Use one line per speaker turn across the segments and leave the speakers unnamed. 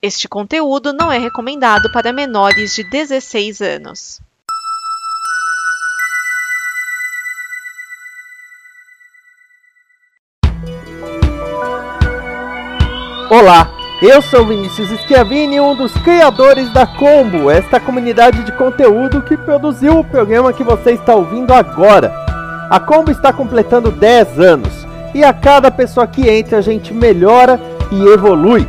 Este conteúdo não é recomendado para menores de 16 anos.
Olá, eu sou Vinícius Schiavini, um dos criadores da Combo, esta comunidade de conteúdo que produziu o programa que você está ouvindo agora. A Combo está completando 10 anos e a cada pessoa que entra a gente melhora e evolui.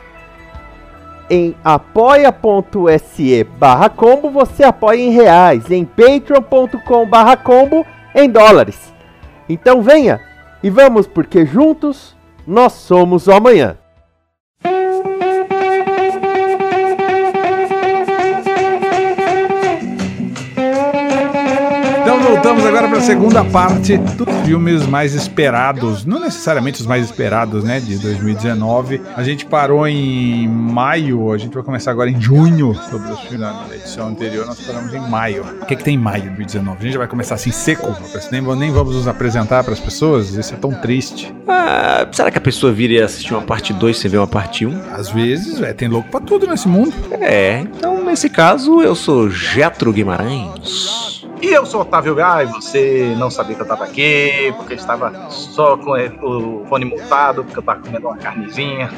Em apoia.se barra combo você apoia em reais, em patreon.com barra combo em dólares. Então venha e vamos porque juntos nós somos o amanhã.
Então voltamos agora para a segunda parte dos filmes mais esperados, não necessariamente os mais esperados, né, de 2019. A gente parou em maio, a gente vai começar agora em junho sobre os filmes na edição anterior, nós paramos em maio. O que, é que tem em maio de 2019? A gente já vai começar assim seco, nem, nem vamos nos apresentar para as pessoas, isso é tão triste.
Ah, será que a pessoa vira e assistir uma parte 2 sem ver uma parte 1?
Às vezes, é, tem louco para tudo nesse mundo.
É, então nesse caso eu sou Getro Guimarães.
E eu sou Otávio Gai, você não sabia que eu estava aqui, porque estava só com o fone multado, porque eu estava comendo uma carnezinha.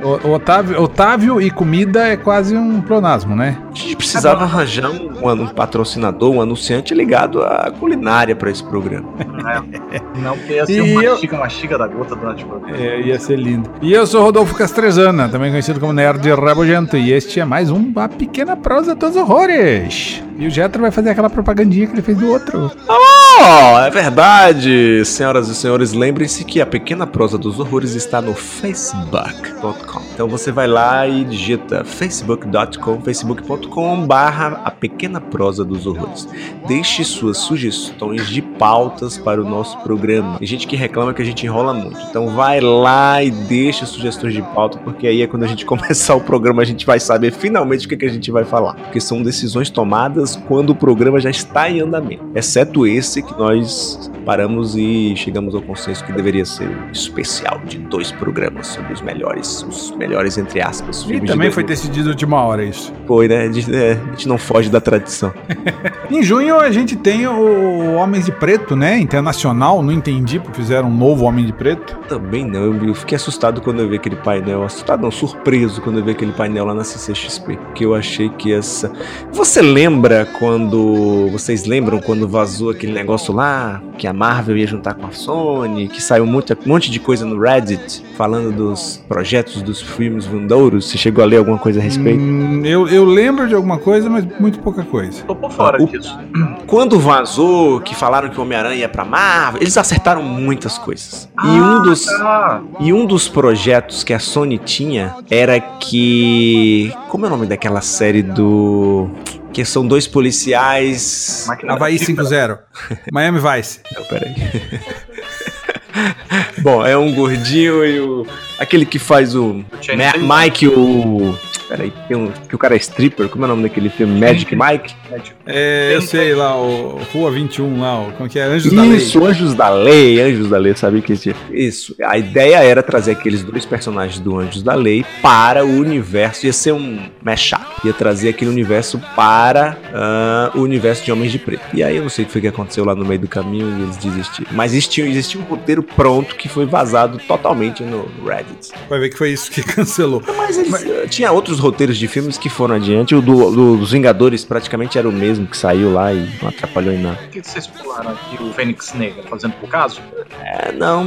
O, o Otávio, Otávio e comida é quase um pronasmo, né?
A gente precisava arranjar um, um patrocinador, um anunciante ligado à culinária para esse programa.
É, não que ia ser
E
uma
eu-
mastiga, mastiga da gota durante o programa.
É, ia ser lindo. E eu sou Rodolfo Castrezana, também conhecido como Nerd Rabugento, e este é mais um A Pequena Prosa dos Horrores. E o Jetro vai fazer aquela propagandinha que ele fez do outro.
Oh, é verdade! Senhoras e senhores, lembrem-se que a Pequena Prosa dos Horrores está no facebook.com. Então você vai lá e digita facebook.com, facebook.com barra a Pequena Prosa dos Horrores. Deixe suas sugestões de pautas para o nosso programa. Tem gente que reclama que a gente enrola muito. Então vai lá e deixa sugestões de pauta, porque aí é quando a gente começar o programa a gente vai saber finalmente o que, que a gente vai falar. Porque são decisões tomadas quando o programa já está em andamento. Exceto esse que nós paramos e chegamos ao consenso que deveria ser um especial de dois programas sobre os melhores, os melhores entre aspas.
E
filmes de
também foi
2000.
decidido de última hora isso.
Foi, né? A gente, é, a gente não foge da tradição.
Em junho a gente tem o Homens de Preto, né? Internacional, não entendi porque fizeram um novo Homem de Preto.
Também não, eu- eu fiquei assustado quando eu vi aquele painel, assustado não, surpreso quando eu vi aquele painel lá na CCXP, que eu achei que essa... Você lembra quando, vocês lembram quando vazou aquele negócio lá, que a Marvel ia juntar com a Sony, que saiu muito, um monte de coisa no Reddit, falando dos projetos dos filmes vindouros, você chegou a ler alguma coisa a respeito?
Hum, eu, eu lembro de alguma coisa, mas muito pouca coisa.
Tô por fora
O-
disso.
Quando vazou, que falaram que o Homem-Aranha ia pra Marvel, eles acertaram muitas coisas. E um dos...
Ah,
E um dos projetos que a Sony tinha era que. Como é o nome daquela série do. Que são dois policiais.
máquina
Havaí
da fita.
5-0. Miami Vice.
Não, peraí. Bom, é um gordinho e o. Aquele que faz o.
Channing
Ma-
Tatum.
Mike, o. Peraí, tem um. Que o cara é stripper. Como é o nome daquele filme? Magic Mike?
né, tipo,
É, eu sei lá, o Rua 21 lá, o, como que é? Anjos da Lei.
Isso, Anjos da Lei, Anjos da Lei, sabia que existia. Isso. A ideia era trazer aqueles dois personagens do Anjos da Lei para o universo. Ia ser um mashup. Ia trazer aquele universo para ah, o universo de Homens de Preto. E aí eu não sei o que foi que aconteceu lá no meio do caminho e eles desistiram. Mas existia, existia um roteiro pronto que foi vazado totalmente no Reddit.
Vai ver que foi isso que cancelou.
Mas eles, eh, tinha outros roteiros de filmes que foram adiante. O do, do- dos Vingadores praticamente era o mesmo que saiu lá e não atrapalhou em nada.
Por que vocês pularam aqui o Fênix Negra? Fazendo por caso?
É, não,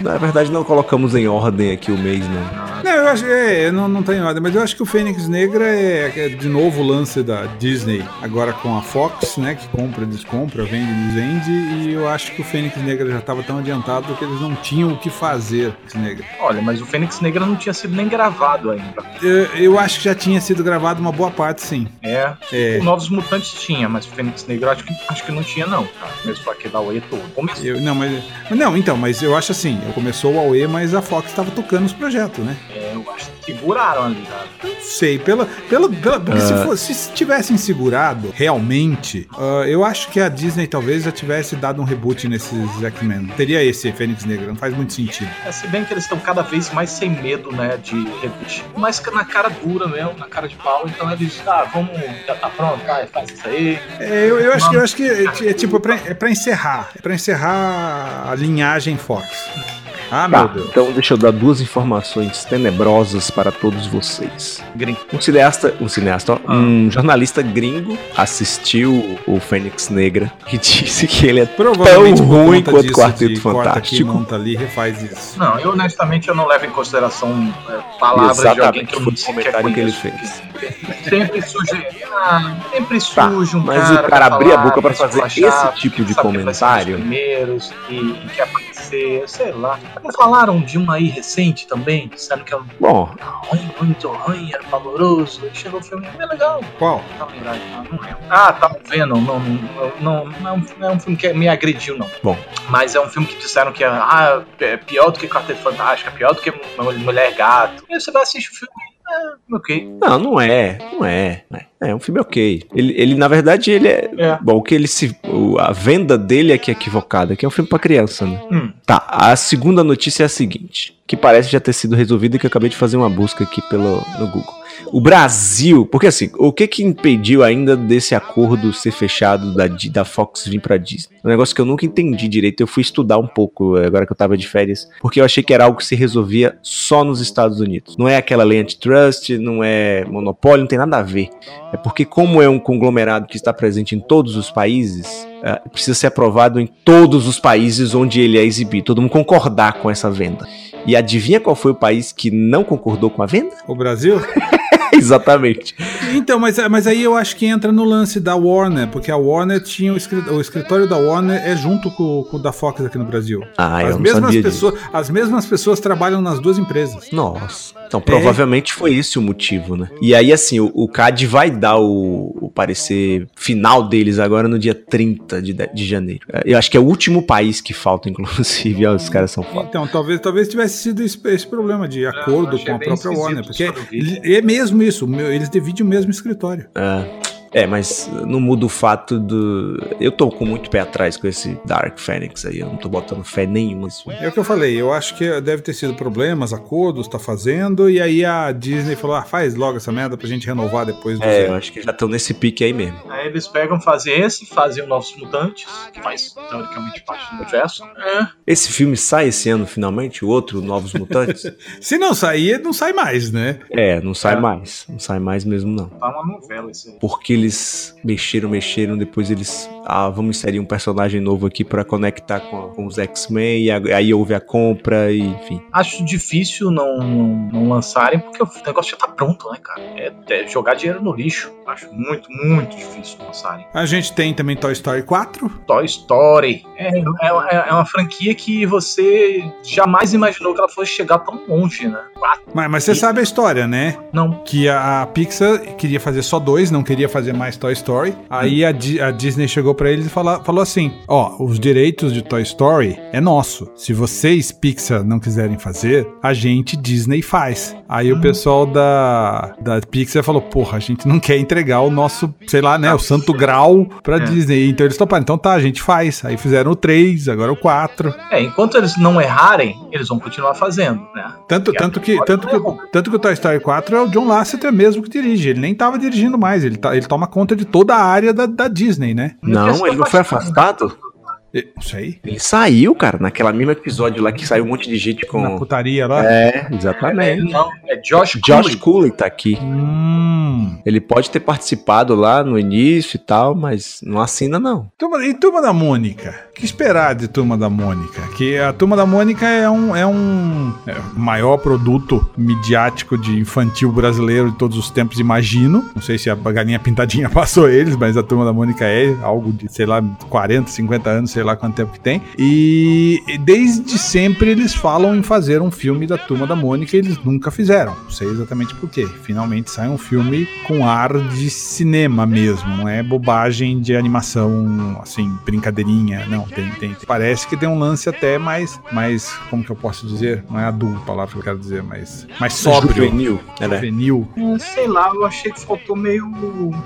na verdade não colocamos em ordem aqui o mês, não.
Não, eu acho é, eu não, não tenho nada, mas eu acho que o Fênix Negra é, é de novo o lance da Disney, agora com a Fox, né, que compra, descompra, vende, desvende, e eu acho que o Fênix Negra já estava tão adiantado que eles não tinham o que fazer, Fênix Negra.
Olha, mas o Fênix Negra não tinha sido nem gravado ainda.
Eu, eu, eu acho que já tinha sido gravado uma boa parte, sim.
É.
É.
O Novos Mutantes tinha, mas o Fênix Negro acho que, acho que não tinha, não, cara. Mesmo pra que da UE todo. Começou.
Eu- não, mas. Não, então, mas eu acho assim, eu começou o Aue, mas a Fox tava tocando os projetos, né?
É, eu acho que seguraram ali, tá? cara.
Não sei, pela. pela, pela porque
Ah.
se, fosse, se tivessem segurado realmente, ah, eu acho que a Disney talvez já tivesse dado um reboot nesses X-Men. Teria esse Fênix Negro, não faz muito sentido.
É, se bem que eles estão cada vez mais sem medo, né, de reboot. Mas na cara dura mesmo, na cara de pau. Então eles, ah, vamos, já tá pronto, vai, faz isso aí.
É, eu, eu acho que, eu acho que é, ti- é tipo, é pra, é pra encerrar. É pra encerrar a linhagem Fox. Ah,
Tá,
meu Deus.
então deixa eu dar duas informações tenebrosas para todos vocês.
Gringo.
Um cineasta, um cineasta, ó,
Ah.
um jornalista gringo assistiu o Fênix Negra e disse que ele é
Provavelmente
tão
por
ruim
conta
quanto
disso
Quarteto
de corta Aqui,
Fantástico.
monta ali, refaz isso.
Não, eu honestamente eu não levo em consideração é, palavras de alguém que é
Exatamente, é
eu
foi
não
o
sei
comentário que ele
fez. Sempre surge, ah, sempre
Tá,
surge um
mas
cara.
o cara
pra
abrir a
falar,
boca pra
pra
fazer
esculachar,
esse tipo
que
de
sabe que vai ser um dos
comentário?
primeiros e que aparecer, sei lá. Não falaram de uma aí recente também, disseram que é um
Bom,
ruim, muito ruim, era pavoroso. Aí chegou o filme, é legal.
Qual?
Tá lembrado, não lembro. Ah, tá vendo? Não, não, não, não, é um- não é um filme que me agrediu, não.
Bom.
Mas é um filme que disseram que é, ah, é pior do que Quarteto Fantástico, é pior do que Mu- Mulher Gato. E aí você vai assistir o filme. Ah, ok.
não, não é, não é. né? É um filme ok. Ele, ele, na verdade, ele é.
É.
Bom, o que ele se. o- a venda dele é que é equivocada, que é um filme pra criança, né?
Hum.
Tá, a segunda notícia é a seguinte, que parece já ter sido resolvida e que eu acabei de fazer uma busca aqui pelo, no Google. O Brasil, porque assim, o que que impediu ainda desse acordo ser fechado da, Di- da Fox vir pra Disney? Um negócio que eu nunca entendi direito, eu fui estudar um pouco eh, agora que eu tava de férias, porque eu achei que era algo que se resolvia só nos Estados Unidos. Não é aquela lei antitrust, não é monopólio, não tem nada a ver. É porque, como é um conglomerado que está presente em todos os países, eh, precisa ser aprovado em todos os países onde ele é exibido, todo mundo concordar com essa venda. E adivinha qual foi o país que não concordou com a venda?
O Brasil?
Exatamente.
Então, mas, mas aí eu acho que entra no lance da Warner, porque a Warner tinha o, escri- o escritório da Warner é junto com, com o da Fox aqui no Brasil.
Ah, eu
as
não
mesmas
sabia disso.
pessoas, as mesmas pessoas trabalham nas duas empresas.
Nossa. Então, provavelmente foi esse o motivo, né? E aí, assim, o, o CAD vai dar o, o parecer final deles agora no dia 30 de, de- de janeiro. Eh, Eu acho que é o último país que falta, inclusive. Ó, Os caras são foda.
Então, talvez, talvez tivesse sido esse, esse problema de acordo
achei
com a
bem
própria
esquisito
Warner, porque
isso quando eu vi.
ele- é mesmo isso, meu, eles dividem o mesmo escritório.
É, mas não muda o fato do. Eu tô com muito pé atrás com esse Dark Phoenix aí. Eu não tô botando fé nenhuma nisso.
É o que eu falei, eu acho que deve ter sido problemas, acordos, tá fazendo, e aí a Disney falou, ah, faz logo essa merda pra gente renovar depois do
É,
zero.
eu acho que já estão nesse pique aí mesmo.
Aí eles pegam, fazem esse, fazem o Novos Mutantes, que faz teoricamente parte do universo. É.
Esse filme sai esse ano finalmente, o outro, Novos Mutantes?
Se não sair, não sai mais, né?
é, não sai
É.
mais. Não sai mais mesmo, não.
Tá uma novela isso aí.
Porque eles mexeram, mexeram, depois eles. Ah, vamos inserir um personagem novo aqui pra conectar com, com os X-Men, e a- aí houve a compra, e enfim.
Acho difícil não, não, não lançarem, porque o negócio já tá pronto, né, cara? É, é jogar dinheiro no lixo. Acho muito, muito difícil lançarem.
A gente tem também Toy Story 4.
Toy Story. É, é- é- é uma franquia que você jamais imaginou que ela fosse chegar tão longe, né? Quatro.
Mas, mas você sabe a história, né?
Não.
Que a, a Pixar queria fazer só dois, não queria fazer mais Toy Story. Aí a, Di- a Disney chegou pra eles e fala- falou assim: Ó, os direitos de Toy Story é nosso. Se vocês, Pixar, não quiserem fazer, a gente, Disney, faz. Aí o pessoal da, da Pixar falou: Porra, a gente não quer entregar o nosso, sei lá, né, o santo grau pra
É.
Disney. Então eles toparam: Então tá, a gente faz. Aí fizeram o 3, agora o 4.
É, enquanto eles não errarem, eles vão continuar fazendo, né?
Tanto,
E
tanto, que,
agora
tanto, que,
não.
tanto que o Toy Story 4 é o John Lasseter mesmo que dirige. Ele nem tava dirigindo mais. Ele, tá, ele toma conta de toda a área da, da Disney, né?
assim,
Não, ele não foi afastado?
E- Não sei.
Ele saiu, cara, naquela mesma episódio lá que saiu um monte de gente
Na
com.
putaria lá.
É,
É,
exatamente.
não, é Josh,
Josh
Cooley.
Cooley tá aqui.
Hum.
Ele pode ter participado lá no início e tal, mas não assina, não.
Turma- e Turma da Mônica? O que esperar de Turma da Mônica? Que a Turma da Mônica é um, é um é o maior produto midiático de infantil brasileiro de todos os tempos, imagino. Não sei se a galinha pintadinha passou eles, mas a Turma da Mônica é algo de, sei lá, 40, 50 anos, sei sei lá quanto tempo que tem. E desde sempre eles falam em fazer um filme da Turma da Mônica e eles nunca fizeram. Não sei exatamente por quê. Finalmente sai um filme com ar de cinema mesmo, não é bobagem de animação, assim, brincadeirinha. Não, tem, tem. Parece que tem um lance até mais, mais como que eu posso dizer? Não é adulto a palavra que eu quero dizer, mas mais sóbrio.
Juvenil, né?
Juvenil.
Hum, Sei lá, eu achei que faltou meio.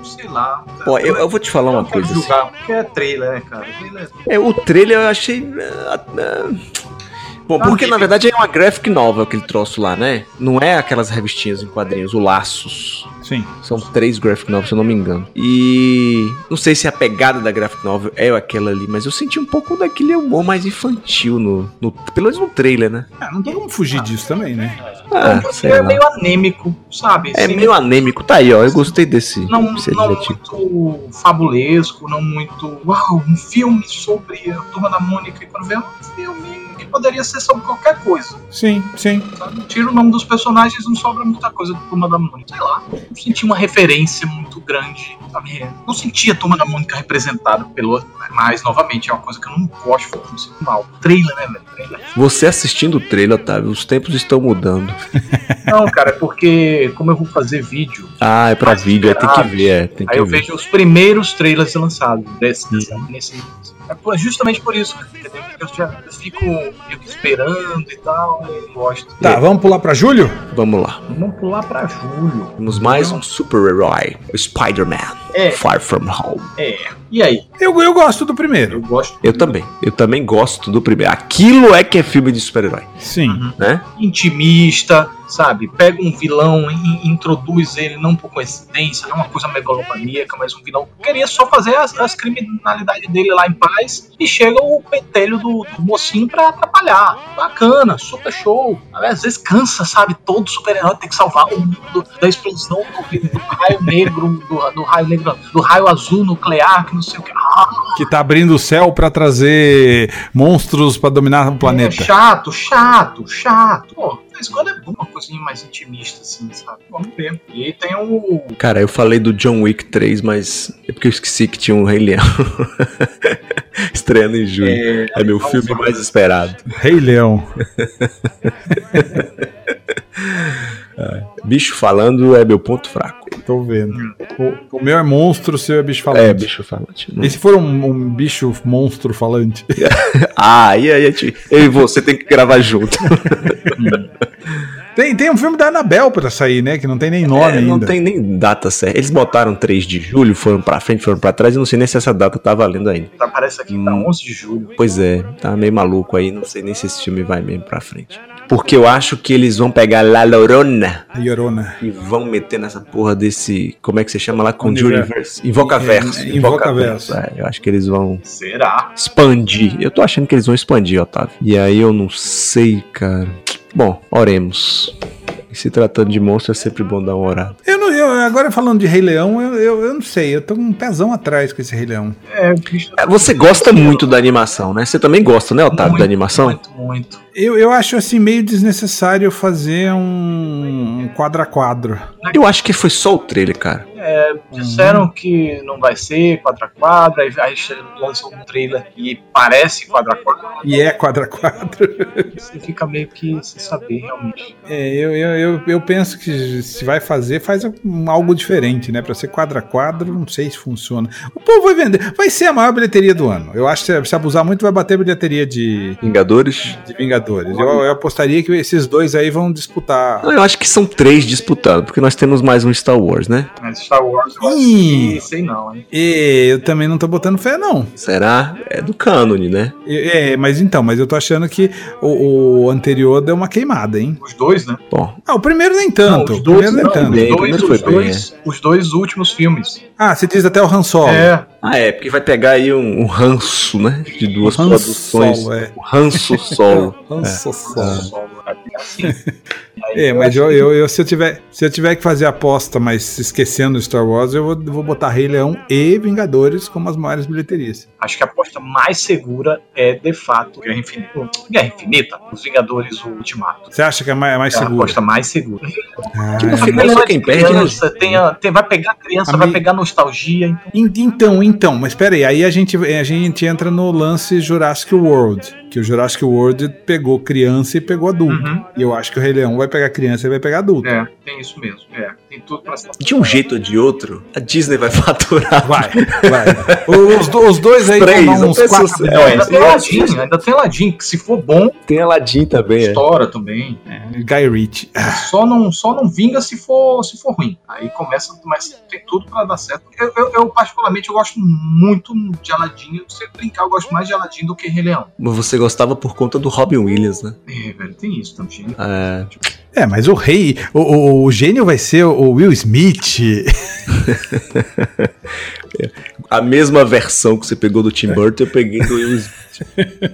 Sei lá.
Pô, eu, eu vou te falar uma
não quero
coisa. assim.
julgar, porque é trailer, né, cara? Trailer é-
É, o trailer eu achei. é, é, Bom, porque na verdade é uma graphic novel aquele troço lá, né? Não é aquelas revistinhas em quadrinhos, o Laços.
Sim.
São três graphic novels, se eu não me engano. E não sei se a pegada da graphic novel é aquela ali, mas eu senti um pouco daquele humor mais infantil no, no- pelo menos no trailer, né?
Ah, não tem como fugir disso também, né?
Ah, sei
é
lá.
meio anêmico, sabe?
É
Sem-
meio anêmico, tá aí, ó. Eu gostei desse,
não, tipo.
desse
não
adjetivo.
muito fabulesco, não muito. Uau, um filme sobre a turma da Mônica. E quando vê é um filme que poderia ser sobre qualquer coisa.
Sim, sim.
Sabe? Tira o nome dos personagens, não sobra muita coisa da turma da Mônica. Sei lá, não senti uma referência muito grande. Sabe? Não senti a turma da Mônica representada pelo. Mas, novamente, é uma coisa que eu não gosto, eu não sinto mal. Trailer, né, velho? Trailer.
Você assistindo o trailer, Otávio, os tempos estão mudando.
Não, cara, é porque como eu vou fazer vídeo,
Ah, é pra
Mas
vídeo, é, tem que
esperado.
ver, é, tem
aí
que
eu
ver.
vejo os primeiros trailers lançados desse, nesse. É por- justamente por isso, cara, entendeu? Porque eu já eu fico meio que esperando e tal, e gosto.
Tá, vamos pular pra julho?
Vamos lá.
Vamos pular pra julho.
Temos mais um super-herói, o Spider-Man,
Uhum. É,
Far From Home.
é. E aí?
Eu, eu gosto do
Eu
primeiro.
gosto.
Eu também, eu também gosto do primeiro. Aquilo é que é filme de super-herói,
Sim.
né?
Intimista, sabe? Pega um vilão e introduz ele, não por coincidência, não é uma coisa megalomaníaca, mas um vilão que queria só fazer as, as criminalidades dele lá em paz e chega o petelho do, do mocinho pra atrapalhar. Bacana, super show. Às vezes cansa, sabe? Todo super-herói tem que salvar o mundo da explosão do, do raio negro, do, do raio negro, não, do raio azul nuclear, que não sei o que. Ah,
Que tá abrindo o céu pra trazer monstros pra dominar o
É
planeta.
chato, chato, chato. Pô, mas quando é bom, uma coisinha mais intimista, assim, sabe? Vamos ver. E tem o.
Cara, eu falei do John Wick 3, mas é porque eu esqueci que tinha um Rei Leão. Estreando em julho. É, meu filme mais esperado.
Rei Leão.
Bicho falando é meu ponto fraco.
Tô vendo. O, o meu é monstro, o seu é bicho falante.
É, bicho falante. Não-
E se for um, um bicho monstro falante?
Ah, e aí, a gente- eu e você tem que gravar junto.
Tem, tem um filme da Anabel pra sair, né? Que não tem nem nome
É,
ainda.
não tem nem data certa. Eles botaram 3 de julho, foram pra frente, foram pra trás, eu não sei nem se essa data tá valendo ainda.
Tá, parece aqui, tá
Hum.
11 de julho.
Pois é, tá meio maluco aí, não sei nem se esse filme vai mesmo pra frente. Porque eu acho que eles vão pegar La Llorona
A Llorona.
e vão meter nessa porra desse. Como é que você chama lá? Com
Universo.
Universe. Invocaverso.
É, é, Invocaverso.
É, eu acho que eles vão
Será?
expandir. Eu tô achando que eles vão expandir, Otávio. E aí eu não sei, cara. Bom, oremos. E se tratando de monstro, é sempre bom dar uma orada.
Eu não, eu, agora falando de Rei Leão, eu, eu, eu não sei. Eu tô com um pezão atrás com esse Rei Leão.
É, bicho.
É, Você gosta muito da animação, né? Você também gosta, né, Otávio,
Muito,
da animação?
Muito, muito.
Eu, eu acho assim meio desnecessário fazer um, um quadro a quadro.
Eu acho que foi só o trailer, cara.
Disseram que não vai ser quadra a quadra, aí, aí che- lançam um trailer e parece quadra a quadra.
E é quadro a quadro.
Você fica meio que sem saber, realmente.
É, eu, eu, eu, eu penso que se vai fazer, faz um- algo diferente, né? Pra ser quadro a quadro, não sei se funciona. O povo vai vender. Vai ser a maior bilheteria do ano. Eu acho que se- se abusar muito, vai bater a bilheteria de,
Vingadores?
de Vingadores. Eu, eu apostaria que esses dois aí vão disputar.
Não, eu acho que são três disputando, porque nós temos mais um Star Wars, né?
Mas Star Wars, eu acho
Ih.
que sei não, hein?
E eu também não tô botando fé, não.
Será? É do cânone, né?
Eu- É, mas então, mas eu tô achando que o, o anterior deu uma queimada, hein?
Os dois, né?
Bom,
Ah, o primeiro nem
Não,
tanto.
os
o
dois,
primeiro é. nem
não,
tanto.
os
Bem,
dois,
primeiro
os
foi bem,
dois, os dois últimos filmes.
Ah, você diz até o Han Solo.
É,
ah, é, porque vai pegar aí um, um ranço, né? De duas
Han
produções.
Solo, Um é.
Um ranço solo.
Han Solo.
cara. É assim. Aí
É, mas
acho
eu,
que-
eu, eu- se, eu tiver, se eu tiver que fazer aposta, mas esquecendo Star Wars, eu vou, vou botar Rei Leão e Vingadores como as maiores bilheterias.
Acho que a aposta mais segura é, de fato, Guerra Infinita. Guerra Infinita, Os Vingadores, o Ultimato.
Você acha que é mais, é mais
É a
seguro?
aposta mais segura.
Ah,
No final,
A galera
só quem
de
perde é
criança, tem a- tem- vai pegar a criança,
A
vai
mi-
pegar nostalgia. então-
En- Então, então, mas peraí, aí a gente, a gente entra no lance Jurassic World, que o Jurassic World pegou criança e pegou adulto.
Uhum,
E eu acho que o Rei Leão vai pegar criança e vai pegar adulto.
é, tem isso mesmo. É, tem tudo pra ser.
De um jeito ou de outro, a Disney vai faturar.
Vai, vai. O- Os, do- os dois aí
Três, assim.
vão dar
não
uns
tem
quatro
sucesso.
bilhões.
ainda tem
assim.
Aladdin, ainda tem Aladdin, que se for bom,
Tem Aladdin também, é.
estoura também.
Guy Ritchie.
Só não, só não vinga se for, se for ruim. Aí começa, mas tem tudo pra dar certo. Eu, eu- eu, particularmente, eu gosto muito de Aladdin. Se eu brincar, eu gosto mais de Aladdin do que Rei Leão.
Mas você gostava por conta do Robin Williams, né?
É, velho, tem isso também.
É.
É, mas o rei, o, o- o gênio vai ser o Will Smith.
A mesma versão que você pegou do Tim Burton, eu peguei do Will Smith. É.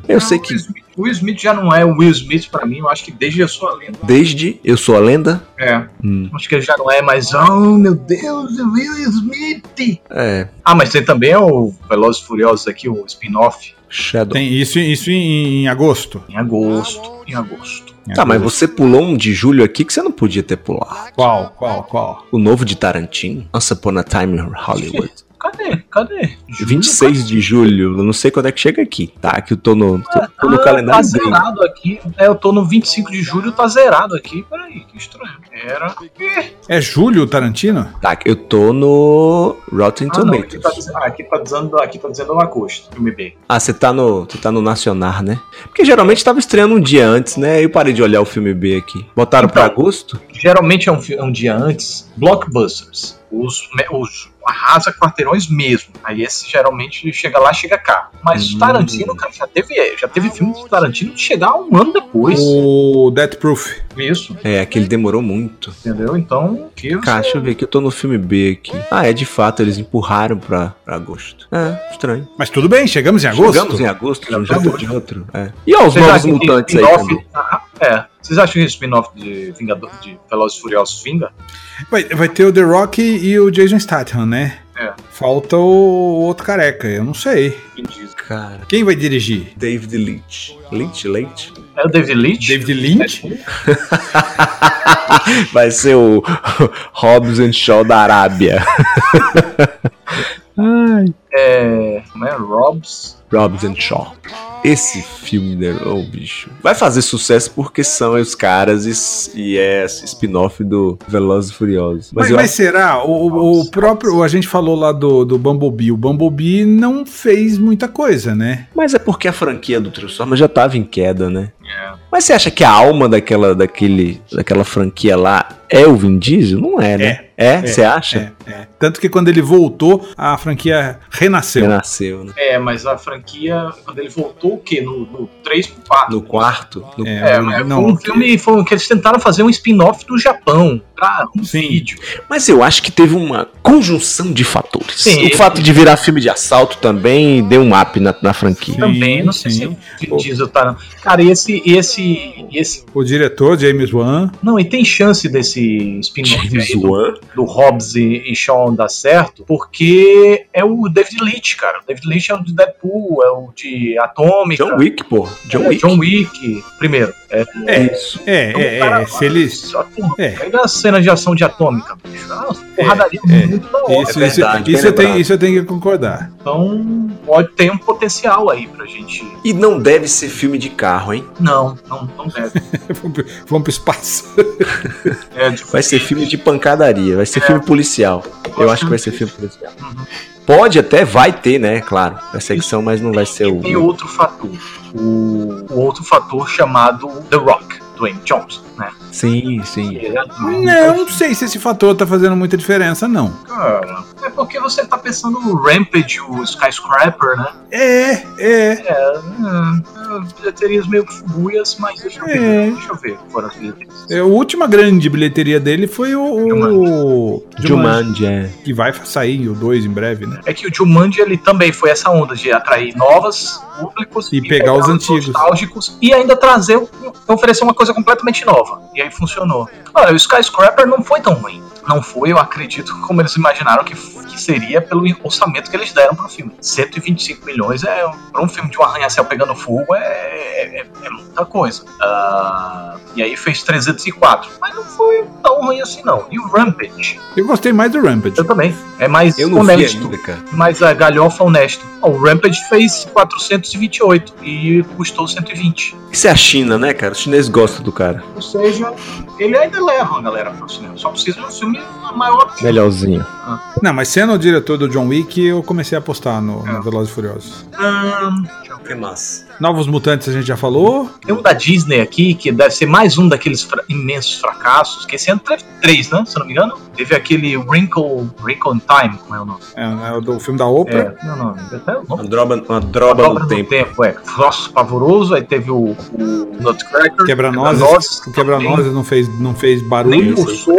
Eu sei
o
que
Will Smith- O Will Smith já não é o Will Smith pra mim, eu acho que desde a sua lenda.
desde Eu Sou a Lenda.
É.
Hum.
Acho que ele já não é mais. Oh, meu Deus, o Will Smith!
É.
Ah, mas tem também o Velozes e Furiosos aqui, o spin-off,
Shadow.
Tem isso, isso em, em agosto.
em agosto. Em agosto.
Em
Tá, mas
agosto.
você pulou um de julho aqui que você não podia ter pulado.
Qual, qual, qual?
O novo de Tarantino, Once Upon a Time in Hollywood.
Cadê? Cadê?
26 de julho, eu não sei quando é que chega aqui, tá? Que eu tô no, tô, tô no
Ah,
calendário
tá
gringo.
zerado aqui. É, eu tô no 25 de julho, tá zerado aqui. Peraí, que estranho. Era. Ih,
É julho, Tarantino?
Tá, eu tô no Rotten
Ah, não, aqui,
Tomatoes.
tá, diz- ah, aqui tá dizendo, aqui tá dizendo agosto, filme B.
Ah, você tá no. Você tá no Nacional, né? Porque geralmente tava estreando um dia antes, né? Eu parei de olhar o filme B aqui. Botaram pra
Então.
agosto?
Geralmente é um, fi- é um dia antes. Blockbusters. Os, me- os arrasa quarteirões mesmo. Aí esse geralmente chega lá, chega cá. Mas
Hum.
Tarantino, cara, já teve, é, já teve filme do Tarantino de chegar um ano depois.
Hum.
O Death Proof.
Isso,
É, aquele demorou muito.
entendeu? Então, que
Cara, deixa eu ver que eu tô no filme B aqui. Ah, é de fato, eles empurraram pra, pra agosto. É, estranho.
Mas tudo bem, chegamos em agosto.
Chegamos em agosto, de um jeito ou de outro. É. E
Vocês
aos novos
acham que
mutantes aí
spin-off-
também.
Ah, é. Vocês acham que o spin-off de Vingador de Velozes e Furiosos vinga?
Vai, vai ter o The Rock e o Jason Statham, né?
É.
Falta o outro careca, eu não sei.
Quem diz?
Cara,
Quem vai dirigir?
David Leitch. Leitch, Leitch?
É o David Leitch?
David Lynch?
Vai ser o Hobbs and Shaw da Arábia.
É. Como é? Robs?
Hobbs and Shaw. Esse filme, né, ô bicho. Vai fazer sucesso porque são os caras e, s- e é spin-off do Velozes e Furiosos.
Mas,
eu
mas será? O, o- o próprio. A gente falou lá do, do Bumblebee. O Bumblebee não fez muita coisa, né?
Mas é porque a franquia do Transformers já tava em queda, né?
É.
Mas você acha que a alma daquela, daquele, daquela franquia lá é o Vin Diesel? Não é, né? É? Você acha?
É, é. Tanto que quando ele voltou, a franquia renasceu.
Renasceu, né?
É, mas a franquia, quando ele voltou, o quê? No, no 3 pro 4.
No quarto? No...
É,
É,
não-
mas
não,
foi um filme foi um, que eles tentaram fazer um spin-off do Japão pra um
Sim.
vídeo.
Mas eu acho que teve uma conjunção de fatores.
Sim.
O fato de virar filme de assalto também deu um up na, na franquia.
Sim,
Também, não sei
sim.
se o Vin Diesel tá. não. Cara, e esse, e esse, e esse.
o diretor, James Wan.
Não, e tem chance desse spin-off aí do,
Wan.
do Hobbs e, e Sean dar certo, porque é o David Leitch, cara. O David Leitch é o de Deadpool, é o de Atômica.
John Wick, pô. Então, John
É,
Wick.
John Wick, primeiro. É,
É,
Isso.
É, é, é. Se ele.
Só porra,
É.
Pega a cena de ação de Atômica, bicho. Ah,
É,
porradaria
é.
muito da hora.
Isso,
É
isso,
verdade, bem
isso, eu tenho,
lembrado.
isso eu tenho que concordar.
Então, pode ter um potencial aí pra gente.
E não deve ser filme de carro, hein?
Não, não, não deve.
Vamos pro- vamos pro espaço.
É, de-
Vai ser filme de pancadaria, vai ser filme policial. Eu acho que vai ser filme policial.
Uhum.
Pode até, vai ter, né? Claro, perseguição, mas não vai ser
E
o.
tem outro fator. O, o outro fator chamado The Rock, Dwayne Johnson, né?
Sim, sim.
Ele é-
Não sei se esse fator tá fazendo muita diferença, não.
Cara, é porque você tá pensando no Rampage, o Skyscraper, né?
É, é.
É, hum, umas bilheterias meio subuias, mas deixa eu ver.
É.
Deixa eu ver fora as bilheterias.
É, A última grande bilheteria dele foi o. o... Jumanji,
Jumanji, é.
Que vai sair o 2 em breve, né?
É que o Jumanji ele também foi essa onda de atrair novos públicos
E pegar os antigos.
nostálgicos e ainda trazer, um- oferecer uma coisa completamente nova. E aí funcionou. Olha, o Skyscraper não foi tão ruim. Não foi, eu acredito, como eles imaginaram que, f- que seria pelo orçamento que eles deram pro filme. 125 milhões é pra um filme de um arranha-céu pegando fogo é, é- é muita coisa. Ah, e aí fez 304. Mas não foi tão ruim assim, não. E o Rampage?
Eu gostei mais do Rampage.
Eu também. É mais
Eu não vi
honesto
ainda, cara.
mas a galhofa honesto. Ó, O Rampage fez 428 e custou 120.
Isso é a China, né, cara? Os chineses gostam do cara.
Ou seja, ele ainda leva a galera pro cinema. Só precisa de um filme maior.
Melhorzinho.
Não, mas sendo o diretor do John Wick, eu comecei a apostar no, no
É.
Velozes e Furiosos.
Ahn,
É Que massa.
Novos Mutantes a gente já falou.
tem um da Disney aqui, que deve ser mais um daqueles fra- imensos fracassos, que esse ano teve três, né? Se eu não me engano. Teve aquele Wrinkle, Wrinkle in Time, como é o nome?
É, né, o do filme da Oprah.
É, não, não, até o nome.
Uma droba, uma droba
Dobra
no tempo.
é. Nossa, pavoroso. Aí teve o, o Nutcracker.
Quebra-nozes. O Quebra-nozes não fez, não fez
nem
barulho.
coçou,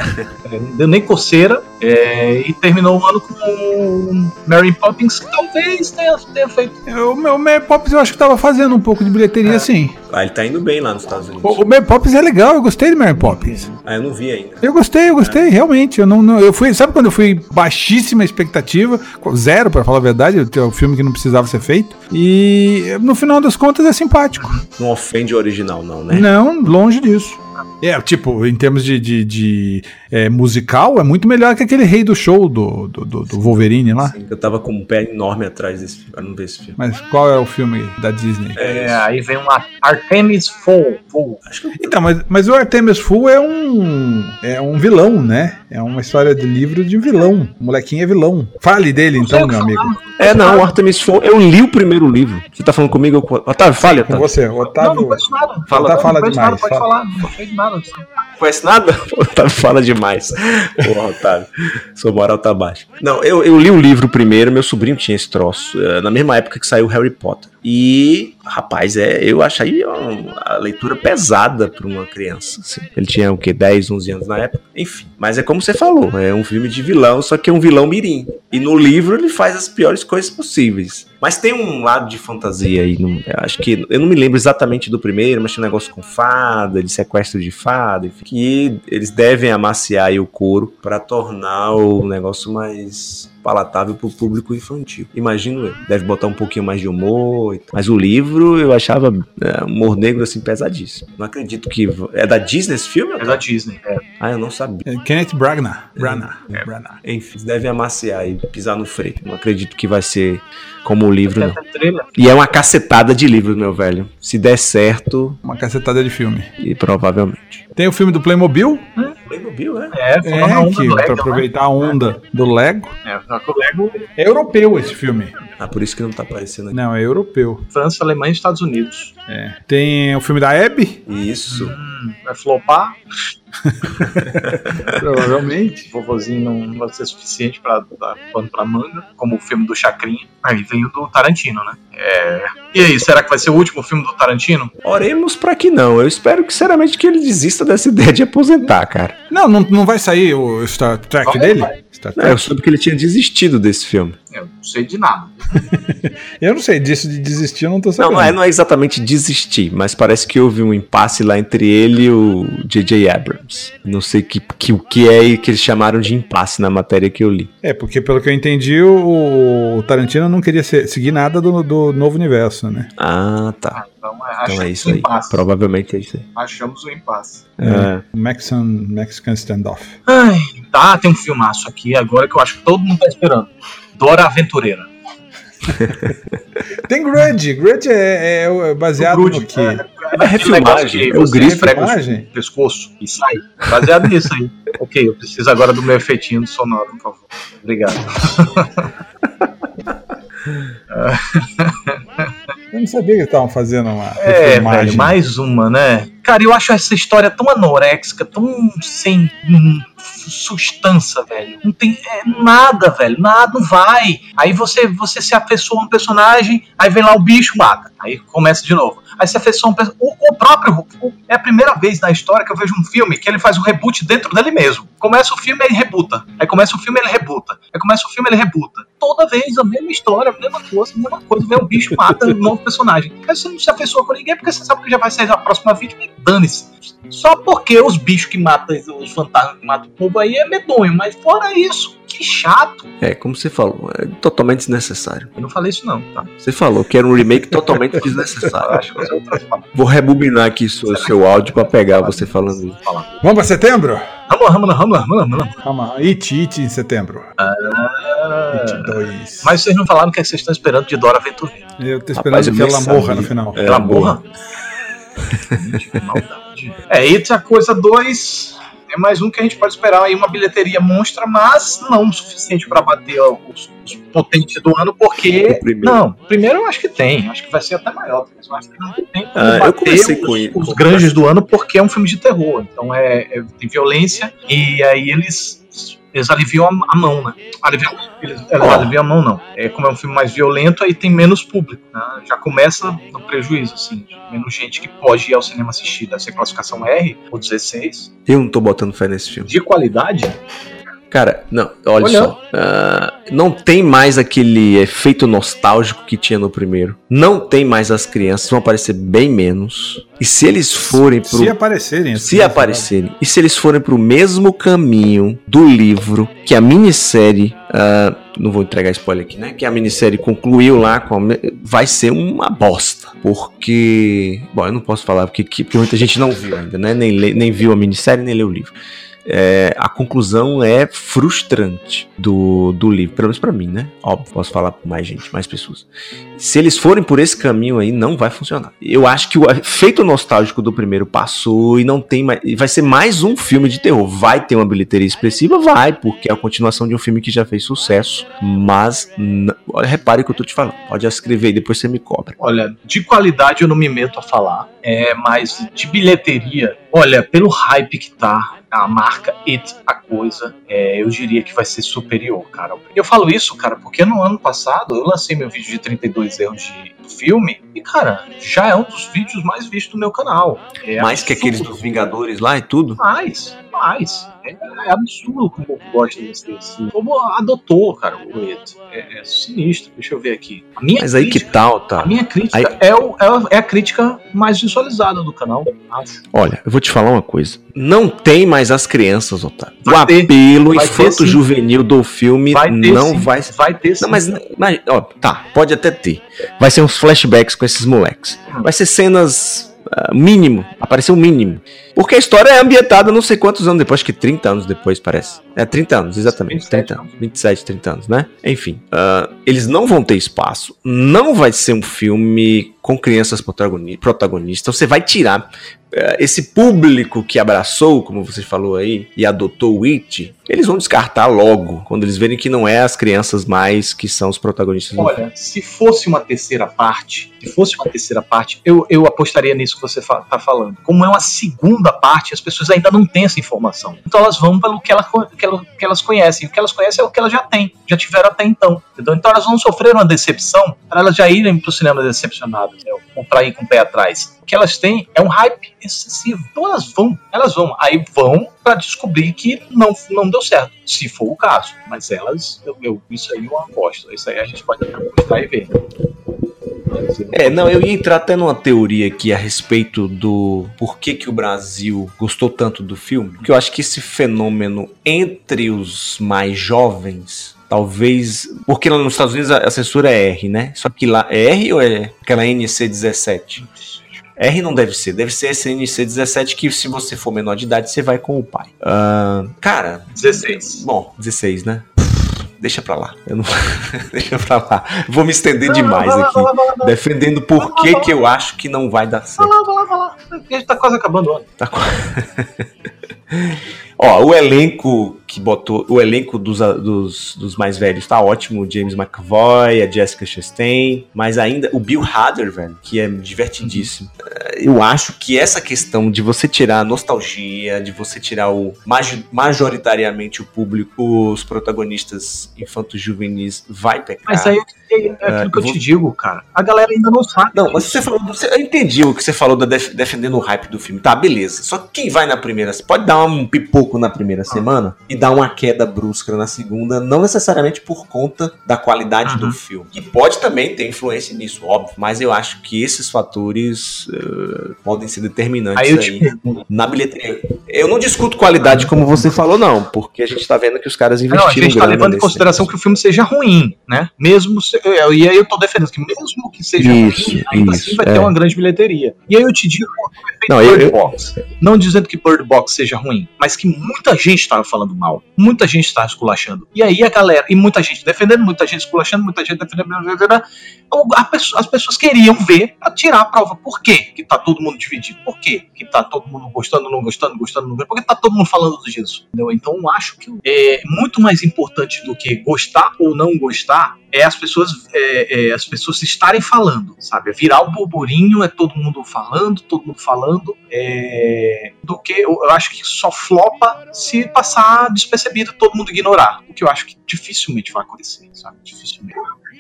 é, não deu nem coceira, é, e terminou o ano com o Mary Poppins, que talvez tenha, tenha feito.
O meu Mary Poppins eu acho que tava fazendo um pouco de bilheteria, sim.
Ah, ele tá indo bem lá nos Estados
O,
Unidos.
o Mary Poppins é legal, eu gostei do Mary Poppins.
Ah, eu não vi ainda.
Eu gostei, eu gostei, realmente. Eu não, não- eu fui, sabe quando eu fui baixíssima expectativa, zero pra falar a verdade, é um filme que não precisava ser feito. E no final das contas é simpático.
Não ofende o original, não, né?
Não, longe disso. É, tipo, em termos de, de- de, é, musical, é muito melhor que aquele rei do show do, do, do- do Wolverine lá.
Sim, Eu tava com um pé enorme atrás desse filme. Eu não vi esse filme.
Mas qual é o filme da Disney?
É,
É, aí vem uma Artemis Fowl. Fowl.
acho que eu
Então, mas, mas o Artemis Fool é um é um vilão, né? É uma história de livro de vilão. O molequinho é vilão. Fale dele então, meu amigo.
É, não, o Artemis Fowl, eu li o primeiro livro. Você tá falando comigo? Eu... Otávio, falha,
Com
Otávio.
você, Otávio.
não, não conheço nada.
Tá Fala-
não,
fala
não conheço
demais,
nada, pode
fala.
falar, não sei de nada. assim.
conhece nada? O Otávio fala demais. Porra, Otávio. Sua moral tá baixa. Não, eu, eu li o livro primeiro, meu sobrinho tinha esse troço, eh, na mesma época que saiu Harry Potter. E, rapaz, é, eu achei ó, a leitura pesada pra uma criança. assim. Ele tinha o quê? 10, 11 anos na época. Enfim. Mas é como você falou, é um filme de vilão, só que é um vilão mirim. E no livro ele faz as piores coisas possíveis. Mas tem um lado de fantasia aí. não- eu acho que. Eu não me lembro exatamente do primeiro, mas tinha um negócio com fada, ele sequestra de fada, enfim. Que eles devem amaciar aí o couro pra tornar o negócio mais palatável pro público infantil. Imagino eu. Deve botar um pouquinho mais de humor. e tal. Mas o livro eu achava é, um mornegro assim pesadíssimo. Não acredito que. É da Disney esse filme?
É da Disney. É.
Ah, eu não sabia.
É Kenneth Branagh. Branagh. Branagh.
Enfim, deve amaciar e pisar no freio. Não acredito que vai ser como o livro,
Tem
não.
até trailer.
E é uma cacetada de livros, meu velho. Se der certo,
Uma cacetada de filme.
e provavelmente.
Tem o filme do Playmobil,
Playmobil, né?
É, foi na onda
que,
do
pra
Lego, né?
aproveitar a onda do Lego.
É, só que o Lego,
É europeu esse filme.
Ah, por isso que não tá aparecendo aqui.
Não, é europeu.
França, Alemanha e Estados Unidos.
Tem o filme da Abby,
Isso.
Hum, vai flopar,
provavelmente.
vovozinho não vai ser suficiente pra dar pano pra manga, como o filme do Chacrinha. Aí vem o do Tarantino, né? É... E aí, será que vai ser o último filme do Tarantino?
Oremos pra que não. Eu espero que, sinceramente, que ele desista dessa ideia de aposentar, cara.
Não, não, não vai sair o Star Trek
Vai,
dele? Star
É,
Trek.
eu soube que ele tinha desistido desse filme.
Eu não sei de nada.
Eu não sei, disso de desistir eu não tô
Não,
sabendo.
não é, não é exatamente desistir, mas parece que houve um impasse lá entre ele e o J.J. Abrams. Não sei o que, que, o que é que eles chamaram de impasse na matéria que eu li.
É, porque pelo que eu entendi, o, o Tarantino não queria ser- seguir nada do, do novo universo, né?
Ah, tá.
Então,
Então é
achamos
isso
um
aí.
impasse.
Provavelmente é isso aí.
Achamos o impasse.
É.
Mexican, Mexican Standoff.
Ai, tá, tem um filmaço aqui agora que eu acho que todo mundo tá esperando. Dora Aventureira.
Tem Grudge. Grudge é, é- é baseado
Grudge,
no quê?
É
refilmagem, é o
Grudge
Gris
prega o
filmagem?
um pescoço e sai. Baseado nisso aí. Ok, eu preciso agora do meu efeitinho sonoro, por favor. Obrigado.
Eu não sabia que estavam fazendo uma
É,
refilmagem.
velho, mais uma, né? Cara, eu acho essa história tão anoréxica, tão sem hum, substância, velho. Não tem é, nada, velho. Nada, não vai. Aí você, você se afeiçoa a um personagem, aí vem lá o bicho, mata. Aí começa de novo. Aí se afeiçoa um personagem. O, o próprio. o- é a primeira vez na história que eu vejo um filme que ele faz um reboot dentro dele mesmo. Começa o filme, ele rebuta. Aí começa o filme, ele rebuta. Aí começa o filme, ele rebuta. Toda vez a mesma história, a mesma coisa, a mesma coisa. Vem um bicho, mata um novo personagem. Aí você não se afeiçoa com ninguém porque você sabe que já vai sair na próxima vítima e dane-se. Só porque os bichos que matam, os fantasmas que matam o povo aí é medonho, mas fora isso, que chato.
É, como você falou, é totalmente desnecessário.
Eu não falei isso não, tá?
Você falou que era um remake totalmente desnecessário.
Eu acho que você outra
Vou rebobinar aqui seu, seu áudio pra pegar você falando isso.
Vamos pra setembro?
Vamos lá, vamos lá, vamos lá, vamos lá, vamos lá.
Calma, It, It em setembro.
Ah, É.
It 2.
Mas vocês não falaram o que, é que vocês estão esperando de Dora Aventureira.
Eu tô esperando
Rapaz, eu
que ela
nem
morra
sabia.
no final.
É,
Ela
boa.
morra? Gente, que maldade. É, e a coisa 2 é mais um que a gente pode esperar aí, uma bilheteria monstra, mas não o suficiente pra bater ó, os, os potentes do ano, porque.
O primeiro.
É, Não, primeiro eu acho que tem, acho que vai ser até maior, mas eu acho que não tem como
Ah, eu
bater
comecei
os,
com ele.
os grandes do ano porque é um filme de terror, então é, é- tem violência e aí eles eles aliviam a, a mão, né? Aliviam, eles, eles
Ó.
aliviam a mão não. É como é um filme mais violento aí tem menos público, né? já começa no prejuízo assim, de menos gente que pode ir ao cinema assistir, deve ser classificação R ou 16
Eu não tô botando fé nesse filme.
de qualidade.
Cara, não, olha
Olha.
só. Ah, não tem mais aquele efeito nostálgico que tinha no primeiro. Não tem mais as crianças, vão aparecer bem menos. E se eles forem pro.
Se aparecerem. assim,
Se aparecerem, e se eles forem pro mesmo caminho do livro que a minissérie. ah, não vou entregar spoiler aqui, né? Que a minissérie concluiu lá com. a me- vai ser uma bosta. Porque. Bom, eu não posso falar porque, que- porque muita gente não viu ainda, né? Nem, lê- nem viu a minissérie, nem leu o livro. É, a conclusão é frustrante do, do livro, pelo menos pra mim, né? Óbvio, posso falar pra mais gente, mais pessoas. Se eles forem por esse caminho aí, não vai funcionar. Eu acho que o efeito nostálgico do primeiro passou e não tem mais. e Vai ser mais um filme de terror. Vai ter uma bilheteria expressiva? Vai, porque é a continuação de um filme que já fez sucesso. Mas, n- olha, repare o que eu tô te falando. Pode escrever aí, depois você me cobra.
Olha, de qualidade eu não me meto a falar, é, mas de bilheteria, olha, pelo hype que tá a marca It, a coisa, é, eu diria que vai ser superior, cara. Eu falo isso, cara, porque no ano passado eu lancei meu vídeo de 32 erros de do filme e, cara, já é um dos vídeos mais vistos do meu canal. É
mais que aqueles
absurdo.
dos Vingadores lá e tudo.
Mais, mais. É, é absurdo como o povo gosta desse desse- Como adotou, cara, o It. É, é sinistro. Deixa eu ver aqui. A minha
Mas aí que tal, tá?
a minha crítica
Aí-
é, o- é a- é a crítica mais visualizada do canal, acho.
Olha, eu vou te falar uma coisa. Não tem mais as crianças, Otávio. O
Vai ter.
apelo
Vai ter,
infanto-juvenil do filme
Vai ter,
não
sim.
vai
Vai ter sim.
Não, mas, mas, ó, tá, pode até ter. Vai ser uns flashbacks com esses moleques. Vai ser cenas ah, mínimo, aparecer o mínimo. Porque a história é ambientada não sei quantos anos depois, acho que 30 anos depois, parece. É, 30 anos, exatamente.
27
30 anos. 27, 30 anos, né? Enfim, ah, eles não vão ter espaço. Não vai ser um filme com crianças protagoni- protagonistas. Então você vai tirar eh, esse público que abraçou, como você falou aí, e adotou o It, eles vão descartar logo, quando eles verem que não é as crianças mais que são os protagonistas. do filme.
Olha, se fosse uma terceira parte, se fosse uma terceira parte, eu, eu apostaria nisso que você fa tá falando. Como é uma segunda parte, as pessoas ainda não têm essa informação. Então elas vão pelo que, ela, co- que, ela- que elas conhecem. O que elas conhecem é o que elas já têm, já tiveram até então. Entendeu? Então elas vão sofrer uma decepção para elas já irem pro cinema decepcionadas, né? ou pra ir com o pé atrás. O que elas têm é um hype excessivo. Então elas vão, elas vão. Aí vão para descobrir que não, não deu certo, se for o caso. Mas elas, eu, eu- isso aí eu aposto. Isso aí a gente pode até apostar e ver.
É, não, eu ia entrar até numa teoria aqui a respeito do por que, que o Brasil gostou tanto do filme, porque eu acho que esse fenômeno entre os mais jovens, talvez. Porque lá nos Estados Unidos a, a censura é R, né? Só que lá é R ou é aquela NC17? R não deve ser, deve ser esse NC17 que se você for menor de idade, você vai com o pai. Ah, cara,
16.
bom, 16, né? Deixa pra lá. Eu não... Deixa pra lá. Vou me estender demais aqui
Vai lá, vai lá, vai lá,
defendendo por que que eu acho que não vai dar certo.
vai lá, vai lá, vai lá. A gente tá quase acabando o ano.
Tá co- Ó, o elenco que botou. O elenco dos, a- dos, dos mais velhos tá ótimo. O James McAvoy, a Jessica Chastain. Mas ainda o Bill Hader, velho, que é divertidíssimo. Eh, Eu acho que essa questão de você tirar a nostalgia, de você tirar o maj- majoritariamente o público, os protagonistas infantos-juvenis, vai pecar.
Mas aí é, é aquilo que eu
vou-
te digo, cara. A galera ainda não sabe.
Não, mas você falou. Você, eu entendi o que você falou da def- defendendo o hype do filme. Tá, beleza. Só que quem vai na primeira. Pode dar um pipoco na
Ah.
primeira semana e dar uma queda brusca na segunda, não necessariamente por conta da qualidade
Aham.
do filme. E pode também ter influência nisso, óbvio. Mas eu acho que esses fatores eh, podem ser determinantes
Aí
aí,
eu te pergunto.
na bilheteria. Eu não discuto qualidade como você falou, não, porque a gente tá vendo que os caras
Não,
investiram.
a gente tá
grana
levando em
nesse
consideração que o filme seja ruim, né? Mesmo se- eu- e aí eu tô defendendo que mesmo que seja
Isso,
ruim, ainda assim
isso,
vai
é.
ter uma grande bilheteria. E aí eu te digo o efeito
Não, eu-
Bird
eu-
Box. Não dizendo que Bird Box seja ruim, mas que muita gente tava falando mal, muita gente tava esculachando. E aí a galera, e muita gente defendendo, muita gente esculachando, muita gente defendendo, blá, blá, blá, blá. O- a pesso- as pessoas queriam ver, a tirar a prova. Por quê que tá todo mundo dividido? Por quê que tá todo mundo gostando, não gostando, gostando, não gostando? Por que tá todo mundo falando do Jesus? Entendeu? Então eu acho que é muito mais importante do que gostar ou não gostar é as pessoas é, é, as pessoas estarem falando, sabe? É Virar o burburinho, é todo mundo falando, todo mundo falando, é, do que eu, eu acho que só flopa se passar despercebido, todo mundo ignorar. O que eu acho que dificilmente vai acontecer, sabe? Dificilmente.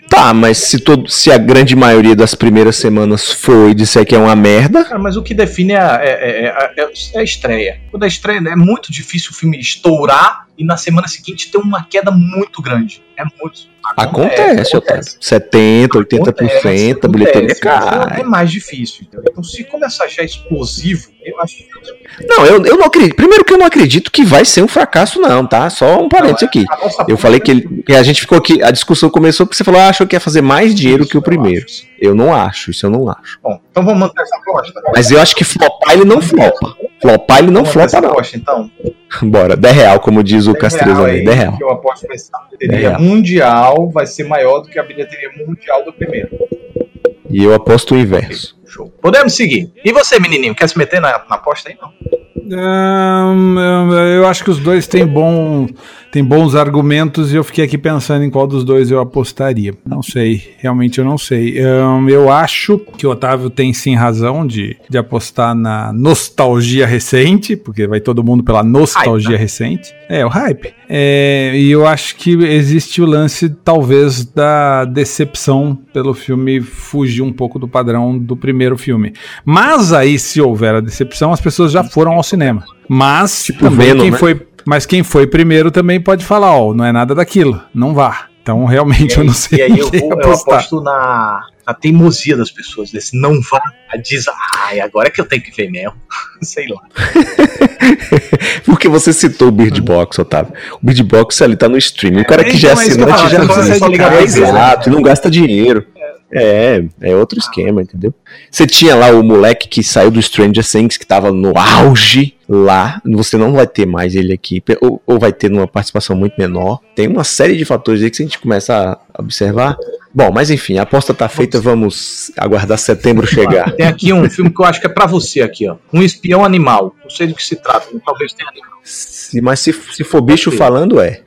Tá, mas se, todo, se a grande maioria das primeiras semanas foi e disser que é uma merda.
Cara, mas o que define é, a- é- é- é- é- é a estreia. Quando a estreia né, é muito difícil o filme estourar e na semana seguinte ter uma queda muito grande. É muito.
Então,
É,
é, Acontece, otário. 70%, 80%, a bilheteria cai.
É mais difícil. entendeu? Então, se começar já explosivo, eu acho difícil.
Não, eu, eu não acredito. Primeiro que eu não acredito que vai ser um fracasso, não, tá? Só um parênteses aqui.
A nossa
Eu falei que, ele- que a gente ficou aqui. A discussão começou porque você falou, ah, achou que ia fazer mais dinheiro que o
é eu
primeiro.
acho.
Eu não acho, isso eu não acho.
Bom, então vamos manter essa aposta.
Mas eu acho que flopar ele não flopa. Flopar ele não
Vamos manter
flopa,
essa
não.
aposta, então.
Bora, 10 real, como diz o Castrezão aí, 10 real.
Que eu aposto que vai ser a
Dez
bilheteria
real.
mundial vai ser maior do que a bilheteria mundial do primeiro.
E eu aposto o inverso.
Show. Podemos seguir. E você, menininho, quer se meter na, na aposta aí? Não.
Ahn, eu acho que os dois têm, bom, têm bons argumentos e eu fiquei aqui pensando em qual dos dois eu apostaria. Não sei, realmente eu não sei. Ahn, eu acho que o Otávio tem sim razão de, de apostar na nostalgia recente, porque vai todo mundo pela nostalgia
né?
recente. É, o hype. É, e eu acho que existe o lance, talvez, da decepção pelo filme fugir um pouco do padrão do primeiro filme. Mas aí, se houver a decepção, as pessoas já foram ao cinema. Mas também
Venom,
quem
né?
foi, mas quem foi primeiro também pode falar, ó, não é nada daquilo, não vá. Então, realmente, eu não sei
E aí eu,
quem
vou, eu aposto na, na teimosia das pessoas, desse não vá, a diz, ai, agora é que eu tenho que ver mesmo. Sei lá.
Porque você citou o Bird Box, Otávio. O Bird Box ali tá no streaming. O cara que
então
já é
é isso que eu falo,
assinante já
você só
assiste.
sai de casa,
Exato, e não gasta dinheiro. É, é outro esquema, entendeu? Você tinha lá o moleque que saiu do Stranger Things, que tava no auge lá. Você não vai ter mais ele aqui, pe- ou, ou vai ter numa participação muito menor. Tem uma série de fatores aí que se a gente começa a observar. Bom, mas enfim, a aposta tá feita, vamos aguardar setembro chegar.
Tem aqui um filme que eu acho que é pra você aqui, ó. Um espião animal. Não sei do que se trata, talvez tenha
Se- mas se, se for bicho falando, é.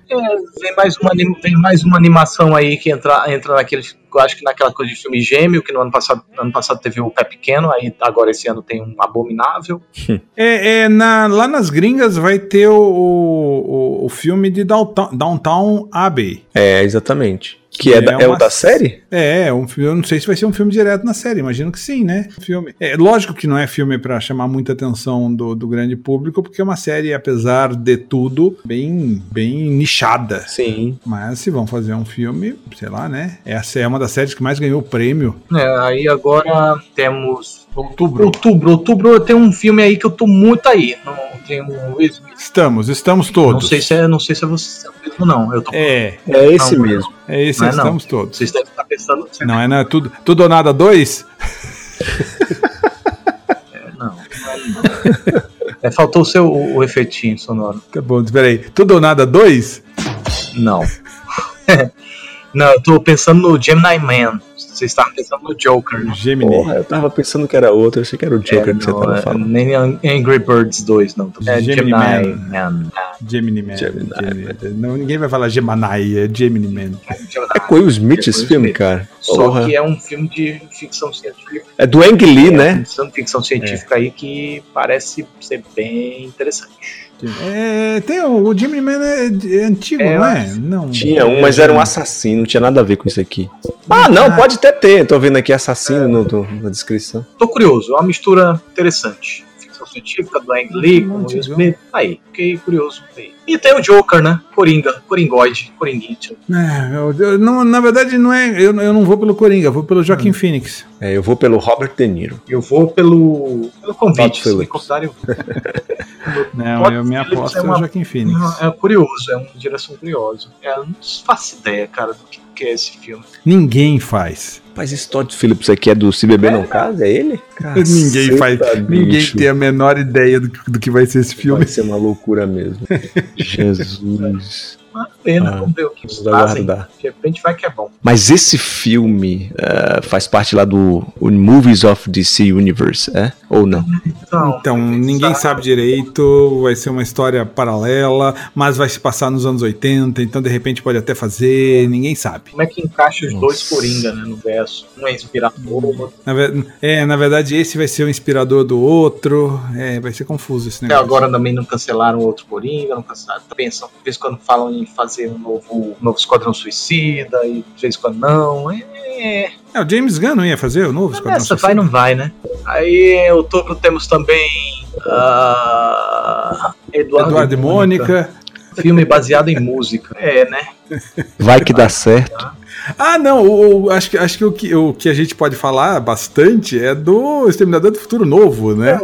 Vem mais uma, anim- vem mais uma animação aí que entra, entra naquele. Eu acho que naquela coisa de filme gêmeo, que no ano passado, ano passado teve o Pé Pequeno, aí agora esse ano tem um Abominável.
É, é, na- lá nas gringas vai ter o, o, o filme de Downtown, Downtown Abbey.
É, exatamente. Que é,
É
da- é
uma
o da série?
É, é um filme, eu não sei se vai ser um filme direto na série, imagino que sim, né? Filme. É, lógico que não é filme pra chamar muita atenção do, do grande público, porque é uma série, apesar de tudo, bem, bem nichada.
Sim.
Mas se vão fazer um filme, sei lá, né? Essa é uma das séries que mais ganhou prêmio.
É, aí agora temos.
Outubro.
Outubro, outubro tem um filme aí que eu tô muito aí. Não, tem um-
Estamos, estamos
não
todos.
sei se é, não sei se é você mesmo, não. Eu tô,
É,
É esse
Não,
mesmo.
é esse,
Não é não.
estamos todos.
Vocês devem estar pensando.
Não é, não, é tudo, tudo ou nada dois?
Não, não é, não. É, faltou o seu o, o efeitinho sonoro.
Tá bom, peraí. Tudo ou nada dois?
Não. não, eu tô pensando no Gemini Man. Vocês estavam pensando no Joker. né?
Gemini.
Porra, eu tava pensando que era outro, eu achei que era o Joker
É,
que você
não,
tava
é,
falando.
Nem Ang- Angry Birds 2, não. É
Gemini
Gemini Man.
Gemini Man.
Gemini
Gemini- Não, ninguém vai falar Gemini, é Gemini Man.
É com o Will Smith esse
Will
filme,
Smith.
cara.
Só
Porra.
que é um filme de ficção científica.
É do Ang Lee, né?
Ficção, ficção científica aí que parece ser bem interessante.
É, tem o, o Gemini Man é, de- é antigo,
É,
não é? Não.
Tinha um, mas era um assassino, não tinha nada a ver com isso aqui. Ah, não, pode até ter. Tô vendo aqui assassino no- no- na descrição.
Tô curioso, é uma mistura interessante. Ficção científica do Ang Lee com o Will Smith. Aí, fiquei curioso. Aí. E tem o Joker, né? Coringa, Coringoide, Coringuite.
É, eu- eu não- na verdade, não é, eu, eu não vou pelo Coringa, eu vou pelo Joaquim
Hum.
Phoenix.
É, eu vou pelo Robert De Niro.
Eu vou pelo, pelo
Todd
convite, se me
Phillips.
convidarem, eu
Não,
Todd
eu me
Phillips
aposto
é
é
uma-
o Joaquim Phoenix.
É curioso, é uma direção curiosa. É, eu não faço ideia, cara, do que, que é esse filme.
Ninguém faz.
Mas esse Todd Phillips aqui é do Se Beber Não Casa? É ele?
Ah, ninguém faz.
Caceta,
Ninguém
bicho.
tem a menor ideia do, que- do que vai ser esse filme.
Vai ser uma loucura mesmo. Jesus.
é Uma pena,
Ah,
não deu o que eles
Vamos
fazem.
aguardar.
De repente vai que é bom.
Mas esse filme eh, faz parte lá do o Movies of DC Universe, é? Ou não?
Então,
Então, ninguém sabe direito, vai ser uma história paralela, mas vai se passar nos anos 80, então de repente pode até fazer, ninguém sabe.
como é que encaixa os
Nossa.
dois Coringa né, no verso? Um é inspirador, o outro.
Na, ve- é, na verdade, esse vai ser o inspirador do outro, é, vai ser confuso esse
Até
negócio.
agora também não cancelaram outro Coringa, não cancelaram. Pensam, de vez em quando falam em fazer um novo, um novo Esquadrão Suicida, e de vez em quando não. É,
É, o James Gunn não ia fazer o novo Esquadrão
Essa
Suicida?
vai não vai, né? Aí em outubro temos também ah, Eduardo,
Eduardo e Mônica.
Filme baseado em música. É, né?
Vai que dá certo.
Ah, não, o- o- acho que, acho que, o, que o que a gente pode falar bastante é do Exterminador do Futuro Novo, né?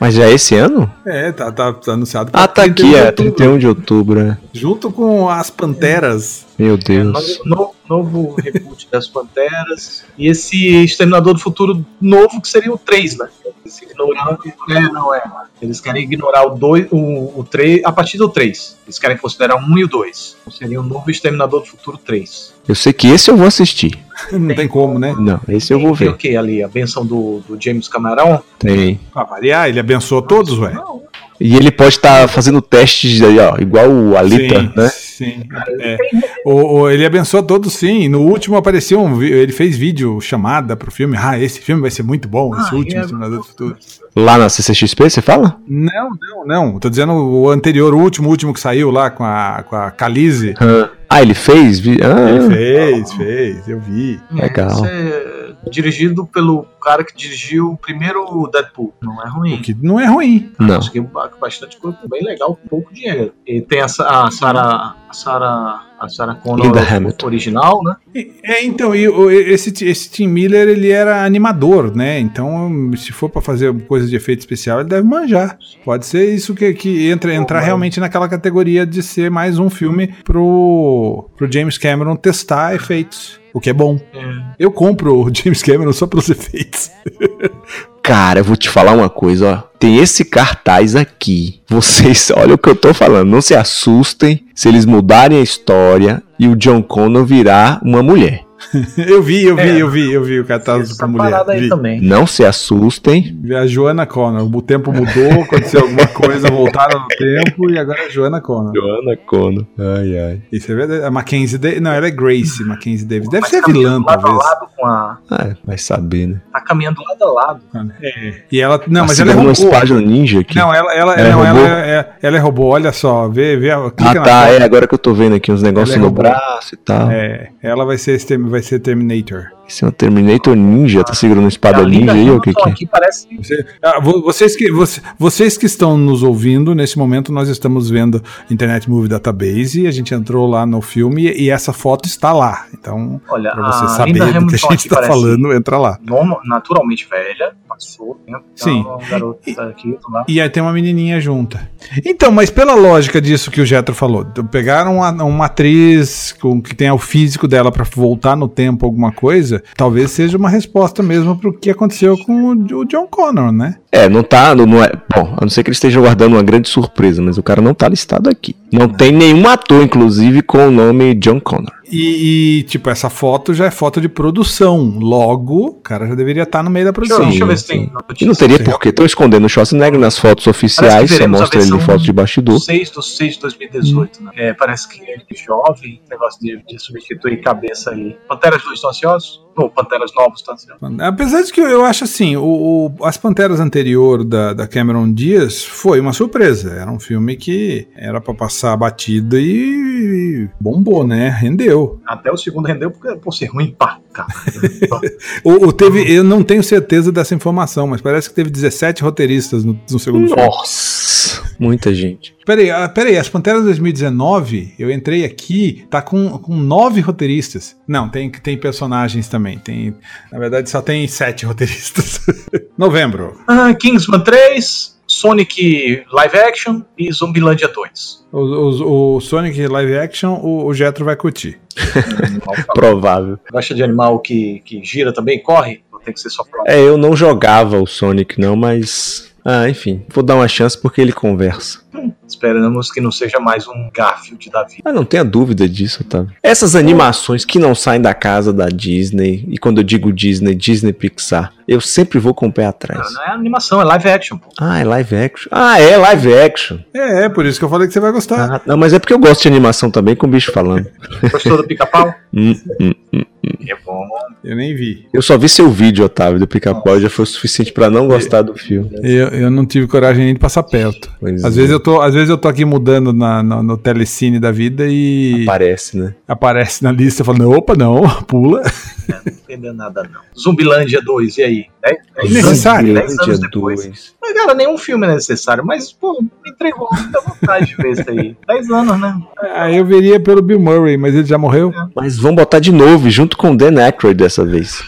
Mas já é esse ano?
É, tá, tá, tá anunciado. pra
Ah, tá aqui,
31 de outubro,
é. 31 de outubro, né?
Junto com as Panteras.
Meu
É,
Deus.
novo, no- novo reboot das Panteras. E esse Exterminador do Futuro novo, que seria o 3, né? Eles ignoraram. É, não é. Eles querem ignorar o 2, o, o 3, a partir do 3. Eles querem considerar o 1 e o 2. Então seria o novo Exterminador do Futuro 3.
Eu sei que esse eu vou assistir.
Não tem como, né?
Não, esse eu vou
Tem
ver.
o que ali? A benção do, do James Cameron?
Tem.
Pra variar, ele abençoou todos, ué.
E ele pode estar fazendo testes aí, ó, igual o Alita,
sim,
né?
Sim. É. O, o- ele abençoou todos, sim. No último apareceu um. vi- Ele fez vídeo chamada pro filme. Ah, esse filme vai ser muito bom, esse
Ah,
último
é-
Exterminador do Futuro.
Lá na CCXP, você fala?
Não, não, não. Tô dizendo o anterior, o último, o último que saiu lá com a, com a Calize.
Ah, ele fez? Vi- Ah,
Ele fez, fez, eu vi.
Legal.
Esse é dirigido pelo cara que dirigiu o primeiro Deadpool. Não é
O
ruim.
que não é ruim.
não.
Conseguiu ba- bastante coisa bem legal com pouco dinheiro. E tem a, Sa- a Sarah. A Sarah. A Sarah Connor
Linda Hamilton.
original, né?
E- É, então, e o- esse, esse Tim Miller, ele era animador, né? Então, se for pra fazer coisa de efeito especial, ele deve manjar. Pode ser isso que, que entra, entrar realmente naquela categoria de ser mais um filme pro, pro James Cameron testar efeitos. O que é bom. Eu compro o James Cameron só pelos efeitos.
Cara, eu vou te falar uma coisa, ó. Tem esse cartaz aqui. Vocês, olha o que eu tô falando. Não se assustem se eles mudarem a história e o John Connor virar uma mulher.
Eu vi, eu vi,
É.
eu vi, eu vi o catálogo pra
Essa
Tá mulher.
parada aí
vi.
também.
Não se assustem.
Vi A Joana Connor. O tempo mudou, aconteceu alguma coisa, voltaram no tempo e agora é a Joana Connor.
Joana Connor. Ai, ai.
Isso é verdade. A Mackenzie Davis. Não, ela é Grace, Mackenzie Davis. Deve
Mas tá
ser a vilã,
caminhando lado a
talvez.
lado com a.
Ah, vai saber, né?
Tá caminhando lado a lado.
E ela. Não, mas
Assim,
ela é robô.
uma espada ninja aqui.
Não, ela, ela,
Ela é
não, ela,
robô?
é, ela é robô, olha só. Vê, vê, a- clica
ah,
na
tá.
foto.
É, agora que eu tô vendo aqui uns negócios
Ela é
no
robô.
braço e tal.
É, ela vai ser, esse term- vai ser Terminator.
Esse é um Terminator Ninja. Tá segurando uma espada
a Linda
ninja aí ou o que
Hamilton
que é?
aqui parece que
Você- ah, vo- vocês, que, voce- vocês que estão nos ouvindo, nesse momento nós estamos vendo Internet Movie Database. A gente entrou lá no filme e essa foto está lá. Então,
Olha,
pra você
a
saber
Linda
do que a
Hamilton
gente
aqui
está
é parece
falando, entra lá.
norma- naturalmente velha. Passou o tempo.
Sim.
Então, a garota tá aqui do lado.
E aí tem uma menininha junta. Então, mas pela lógica disso que o Jetro falou, d- pegaram uma, uma atriz com, que tenha o físico dela pra voltar no tempo alguma coisa, talvez seja uma resposta mesmo pro que aconteceu com o, D- o John Connor, né?
É, não tá. Não, não é, bom, a não ser que ele esteja guardando uma grande surpresa, mas o cara não tá listado aqui. Não tem nenhum ator, inclusive, com o nome John Connor.
E, e, tipo, essa foto já é foto de produção. Logo, o cara já deveria estar no meio da
Deixa,
produção.
eu- deixa eu ver se
sim.
tem
E não
notícia.
teria por que. Estão escondendo o Schwarzenegger nas fotos oficiais, só
veremos a
mostra ele em
versão
fotos de bastidor.
6 de 6 de 2018, né? É, parece que ele é jovem, negócio de, de substituir cabeça ali. Panteras 2 estão ansiosos? Não, Panteras novos estão ansiosos.
Apesar de que eu, eu acho assim, o, o- as Panteras anterior da, da Cameron Diaz foi uma surpresa. Era um filme que era pra passar batida e bombou, né? Rendeu.
Até o segundo rendeu porque, por ser ruim, pá, tá. cara.
O, o teve, eu não tenho certeza dessa informação, mas parece que teve 17 roteiristas no, no segundo filme.
Nossa! Muita gente.
Peraí, ah, peraí, as Panteras 2019, eu entrei aqui, tá com, com nove roteiristas. Não, tem, tem personagens também. Tem, na verdade, só tem sete roteiristas. Novembro.
Ah, Kingsman 3, Sonic Live Action e Zumbilândia 2.
O, o- o Sonic live action, o, o Jetro vai curtir.
Provável.
Gosta de animal que, que gira também, corre? Ou Tem que ser só pro
É, eu não jogava o Sonic, não, mas. Ah, enfim. Vou dar uma chance porque ele conversa.
Esperamos que não seja mais um Garfield da vida.
Ah, não tenha dúvida disso, Otávio. Essas animações que não saem da casa da Disney, e quando eu digo Disney, Disney Pixar, eu sempre vou com o pé atrás.
Cara, não é animação, é live action. pô.
Ah, é live action. Ah, é live action.
É, é, por isso que eu falei que você vai gostar.
Ah, não, mas é porque eu gosto de animação também com o bicho falando.
Gostou do pica-pau?
Hum, hum.
É bom.
Eu nem vi.
Eu só vi seu vídeo, Otávio, do pica-pau, já foi o suficiente pra não gostar do filme.
Eu, eu não tive coragem nem de passar perto.
Pois
Às
é,
vezes eu tô, às vezes eu tô aqui mudando na- no, no telecine da vida e
Parece, né?
aparece na lista falando, opa, não, pula.
Não entendeu nada, não. Zumbilândia 2, e aí? É, Dez- dez
É Necessário. né?
anos- dez anos
Dia
depois.
dois.
Mas, cara, nenhum filme é necessário, mas, pô, me entregou muita vontade de ver isso aí. 10 anos, né?
Aí eu veria pelo Bill Murray, mas ele já morreu.
Mas vão botar de novo, junto com o Dan Aykroyd dessa vez.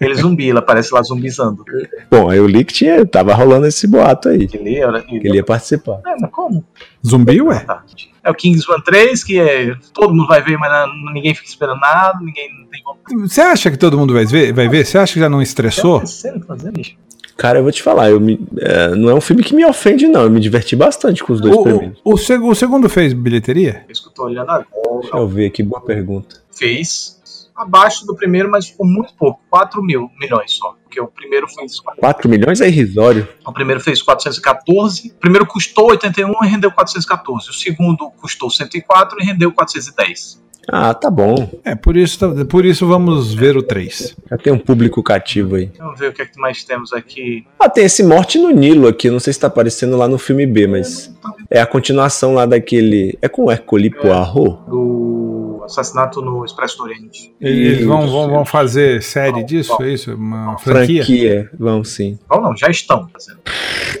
Ele zumbi, ela aparece lá zumbizando.
Bom, aí eu li que tinha, tava rolando esse boato aí, que
é, Ele era. Ele,
ele ia participar.
É, mas como?
Zumbi,
Ah,
ué?
tá. É o Kingsman 3, que é. Todo mundo vai ver, mas não- ninguém fica esperando nada, ninguém não tem vontade.
Você acha que todo mundo vai ver? Vai ver? Você acha que já não estressou?
Sério, fazer, bicho.
Cara, eu vou te falar, eu me- é, não é um filme que me ofende, não. Eu me diverti bastante com os dois primeiros.
O, o, o seg- o segundo fez bilheteria?
Isso que eu tô olhando agora.
Deixa eu ver aqui, boa pergunta.
Fez abaixo do primeiro, mas ficou muito pouco. 4 mil milhões só. Porque o primeiro fez
4 milhões é irrisório.
Então, O primeiro fez 414, o primeiro custou 81 e rendeu 414. O segundo custou 104 e rendeu 410.
Ah, tá bom.
É, por isso, tá- por isso vamos ver o 3.
Já tem um público cativo aí.
Vamos ver o que, é que mais temos aqui.
Ah, tem esse Morte no Nilo aqui. eu Não sei se tá aparecendo lá no filme B, mas. É a continuação lá daquele. É com o Hercule Poirot?
Do assassinato no Expresso do Oriente.
Eles
Isso.
vão, vão, vão fazer série disso? É isso? Uma franquia?
Vão sim.
Ou não, já estão fazendo.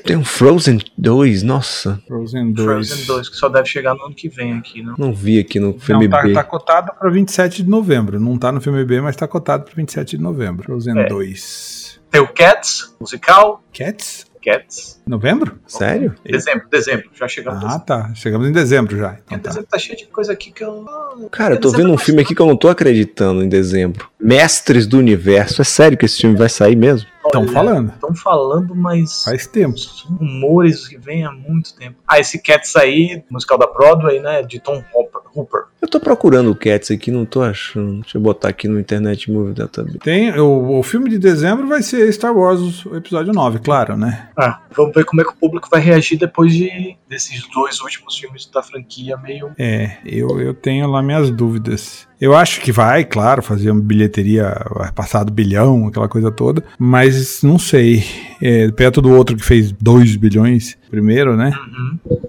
Tem um Frozen 2, nossa.
Frozen 2.
Frozen 2, que só deve chegar no ano que vem aqui, né?
Não vi aqui no filme
Não, tá,
B.
tá cotado para 27 de novembro. Não tá no filme B, mas tá cotado para 27 de novembro. Frozen
É.
2.
Tem o Cats, musical.
Cats?
Cats.
Novembro?
Sério?
Dezembro, dezembro. Já chegamos.
Ah, tá. Chegamos em dezembro já. Então
Dezembro.
tá.
dezembro tá cheio de coisa aqui que eu.
Cara, eu tô vendo um filme aqui que eu não tô acreditando em dezembro. Mestres do Universo. É sério que esse filme vai sair mesmo?
Estão
Olha,
falando.
Estão falando, mas.
Faz tempo.
Os rumores que vem há muito tempo. Ah, esse Cats aí, musical da Broadway, né? De Tom Hopper. Hooper.
Eu tô procurando o Cats aqui, não tô achando. Deixa eu botar aqui no Internet Movie Database.
Tem, o, o filme de dezembro vai ser Star Wars o episódio 9, claro, né?
Ah, vamos ver como é que o público vai reagir depois de desses dois últimos filmes da franquia meio.
É, eu, eu tenho lá minhas dúvidas. Eu acho que vai, claro, fazer uma bilheteria, vai passar do bilhão, aquela coisa toda, mas não sei. É, perto do outro que fez 2 bilhões primeiro, né?
Uhum.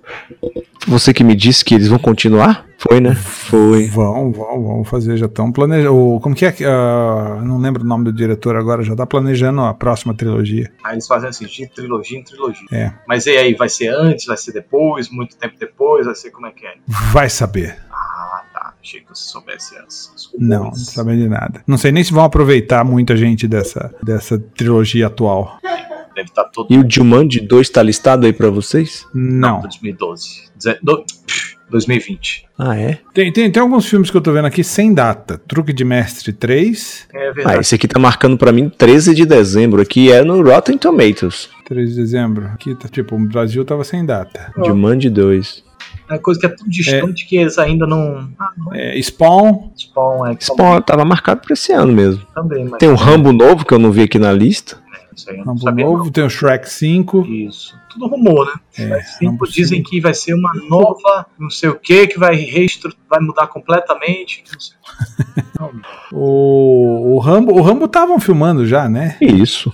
Você que me disse que eles vão continuar? Foi, né? Foi.
Vão, vão, vão fazer, já estão planejando. Como que é? que- ah, não lembro o nome do diretor agora, já tá planejando a próxima trilogia.
Aí eles fazem assim, de trilogia em trilogia.
É.
Mas e aí, vai ser antes, vai ser depois, muito tempo depois, vai ser como é que é?
Vai saber.
Ah, tá. Achei que você soubesse as. as
Não, não
rumores.
sabe de nada. Não sei nem se vão aproveitar muita gente dessa, dessa trilogia atual.
Deve estar todo.
E o Jumanji 2 tá listado aí pra vocês?
Não.
2012. Deze- do- 2020.
Ah, é?
Tem, tem, tem alguns filmes que eu tô vendo aqui sem data. Truque de Mestre 3,
É
Ah,
verdade.
esse aqui tá marcando pra mim 13 de dezembro, aqui é no Rotten Tomatoes.
3 de dezembro. Aqui tá tipo, o Brasil tava sem data.
Ó.
Jumanji 2.
É coisa que é tão distante que eles ainda não. Ah, não é
É, Spawn.
Spawn, é
Spawn tava marcado pra esse ano mesmo.
também, mas.
Tem um Rambo novo que eu não vi aqui na lista.
Isso aí eu não
Rambo
sabia,
novo, tem o Shrek 5.
não. Isso. Tudo rumor, né?
É,
Cinco
Rambo
dizem que vai ser uma nova, não sei o que, que vai reestru... vai mudar completamente. que Não sei.
O, o Rambo, o Rambo estavam filmando já, né?
Que Isso.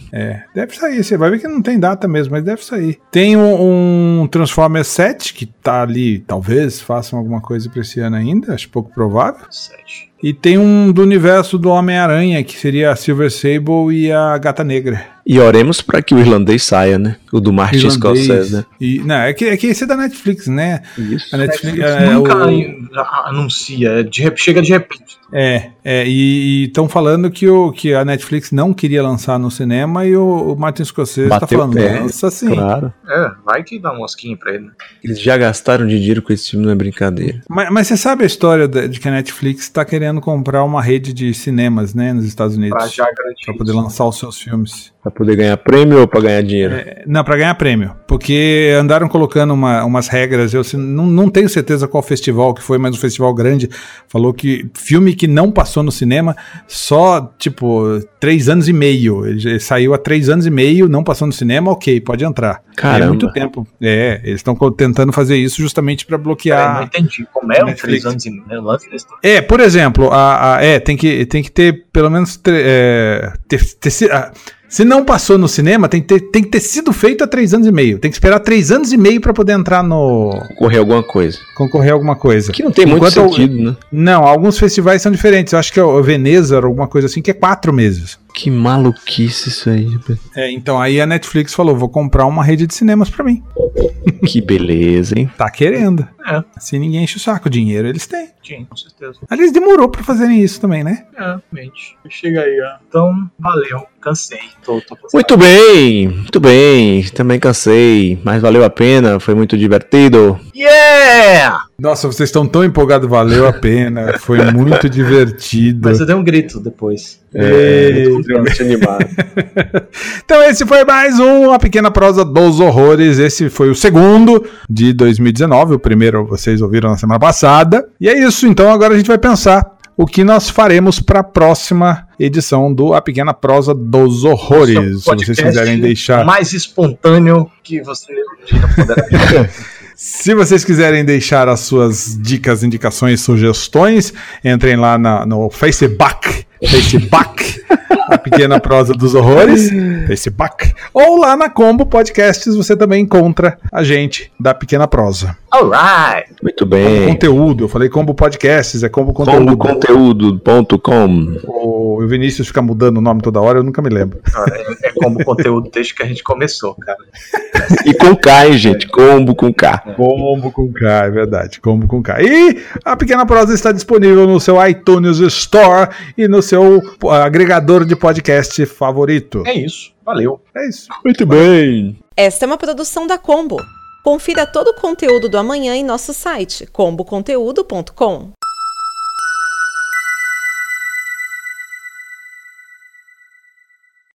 Deve sair, você vai ver que não tem data mesmo, mas deve sair. Tem um, um Transformers 7 que tá ali, talvez façam alguma coisa pra esse ano ainda, acho pouco provável.
Sete.
E tem um do universo do Homem-Aranha, que seria a Silver Sable e a Gata Negra.
E oremos pra que o irlandês saia, né? O do Martin
Irlandês.
Scorsese, né?
E, não, é que, é que esse é da Netflix, né?
Isso.
A Netflix, é,
Nunca
o-
a- anuncia, é de rep- chega de repente.
É, é, e estão falando que, o, que a Netflix não queria lançar no cinema e o, o Martin Scorsese tá
Bateu
falando,
o pé,
lança sim.
Claro.
É, vai que dá uma mosquinha pra ele. né?
assim, Eles já gastaram de dinheiro com esse filme, não é brincadeira.
Mas, mas você sabe a história da- de que a Netflix está querendo comprar uma rede de cinemas, né, nos Estados
Pra
Unidos,
já garantir.
para poder lançar os seus filmes.
Pra poder ganhar prêmio ou pra ganhar dinheiro?
É, Não, para ganhar prêmio, porque andaram colocando uma- umas regras. Eu assim, não, não tenho certeza qual festival que foi, mas um festival grande falou que filme que não passou no cinema só tipo três anos e meio. Ele já saiu há três anos e meio, não passou no cinema, ok, pode entrar.
Caramba.
É muito tempo. É, eles estão tentando fazer isso justamente para
Peraí, não
bloquear.
entendi. Como é um
Netflix.
três anos e meio? Lance desse tamanho?
É, por exemplo, a, a- é, tem, que, tem que ter pelo menos. tre- é, ter- ter si- ah, se não passou no cinema, tem que, ter, tem que ter sido feito há três anos e meio. Tem que esperar três anos e meio pra poder entrar no.
Concorrer alguma coisa.
concorrer a alguma coisa.
Que não tem muito
Enquanto eu-
sentido, né?
Não, alguns festivais são diferentes. Eu acho que é o Veneza, era alguma coisa assim, que é quatro meses.
Que maluquice isso aí, velho.
É, então aí a Netflix falou: vou comprar uma rede de cinemas pra mim.
Que beleza, hein?
Tá querendo.
É.
Se ninguém enche o saco, dinheiro eles têm.
Tinha, com certeza.
Aliás, demorou pra fazerem isso também, né?
É, realmente. Chega aí, ó. Então, valeu. Cansei. Tô, tô cansado.
Muito bem, muito bem. Também cansei, mas valeu a pena, foi muito divertido.
Yeah!
Nossa, vocês estão tão empolgados, valeu a pena. Foi muito divertido.
Mas eu dei um grito depois.
Extremamente animado.
Então esse foi mais um A Pequena Prosa dos Horrores. Esse foi o segundo de 2019. O primeiro vocês ouviram na semana passada. E é isso. Então agora a gente vai pensar o que nós faremos para a próxima edição do A Pequena Prosa dos
Esse é
Horrores.
o
Se vocês
podcast
quiserem deixar,
Mais espontâneo que você um dia poderá
se vocês quiserem deixar as suas dicas, indicações, sugestões, entrem lá na- no Facebook, Facebook. A pequena prosa dos horrores, Facebook. Ou lá na Combo Podcasts você também encontra a gente da Pequena Prosa.
Alright!
Muito
Combo
bem.
Conteúdo, eu falei Combo Podcasts, é Combo Conteúdo.
Comboconteúdo.com
O Vinícius fica mudando o nome toda hora, eu nunca me lembro.
É, é como o conteúdo desde que a gente começou, cara.
E com K, hein, gente? Combo com K.
Combo com K, é verdade, Combo com K. E a Pequena Prosa está disponível no seu iTunes Store e no seu ah, agregador de podcast favorito.
É isso. Valeu.
É isso.
Muito bem.
Esta é uma produção da Combo. Confira todo o conteúdo do amanhã em nosso site comboconteúdo.com.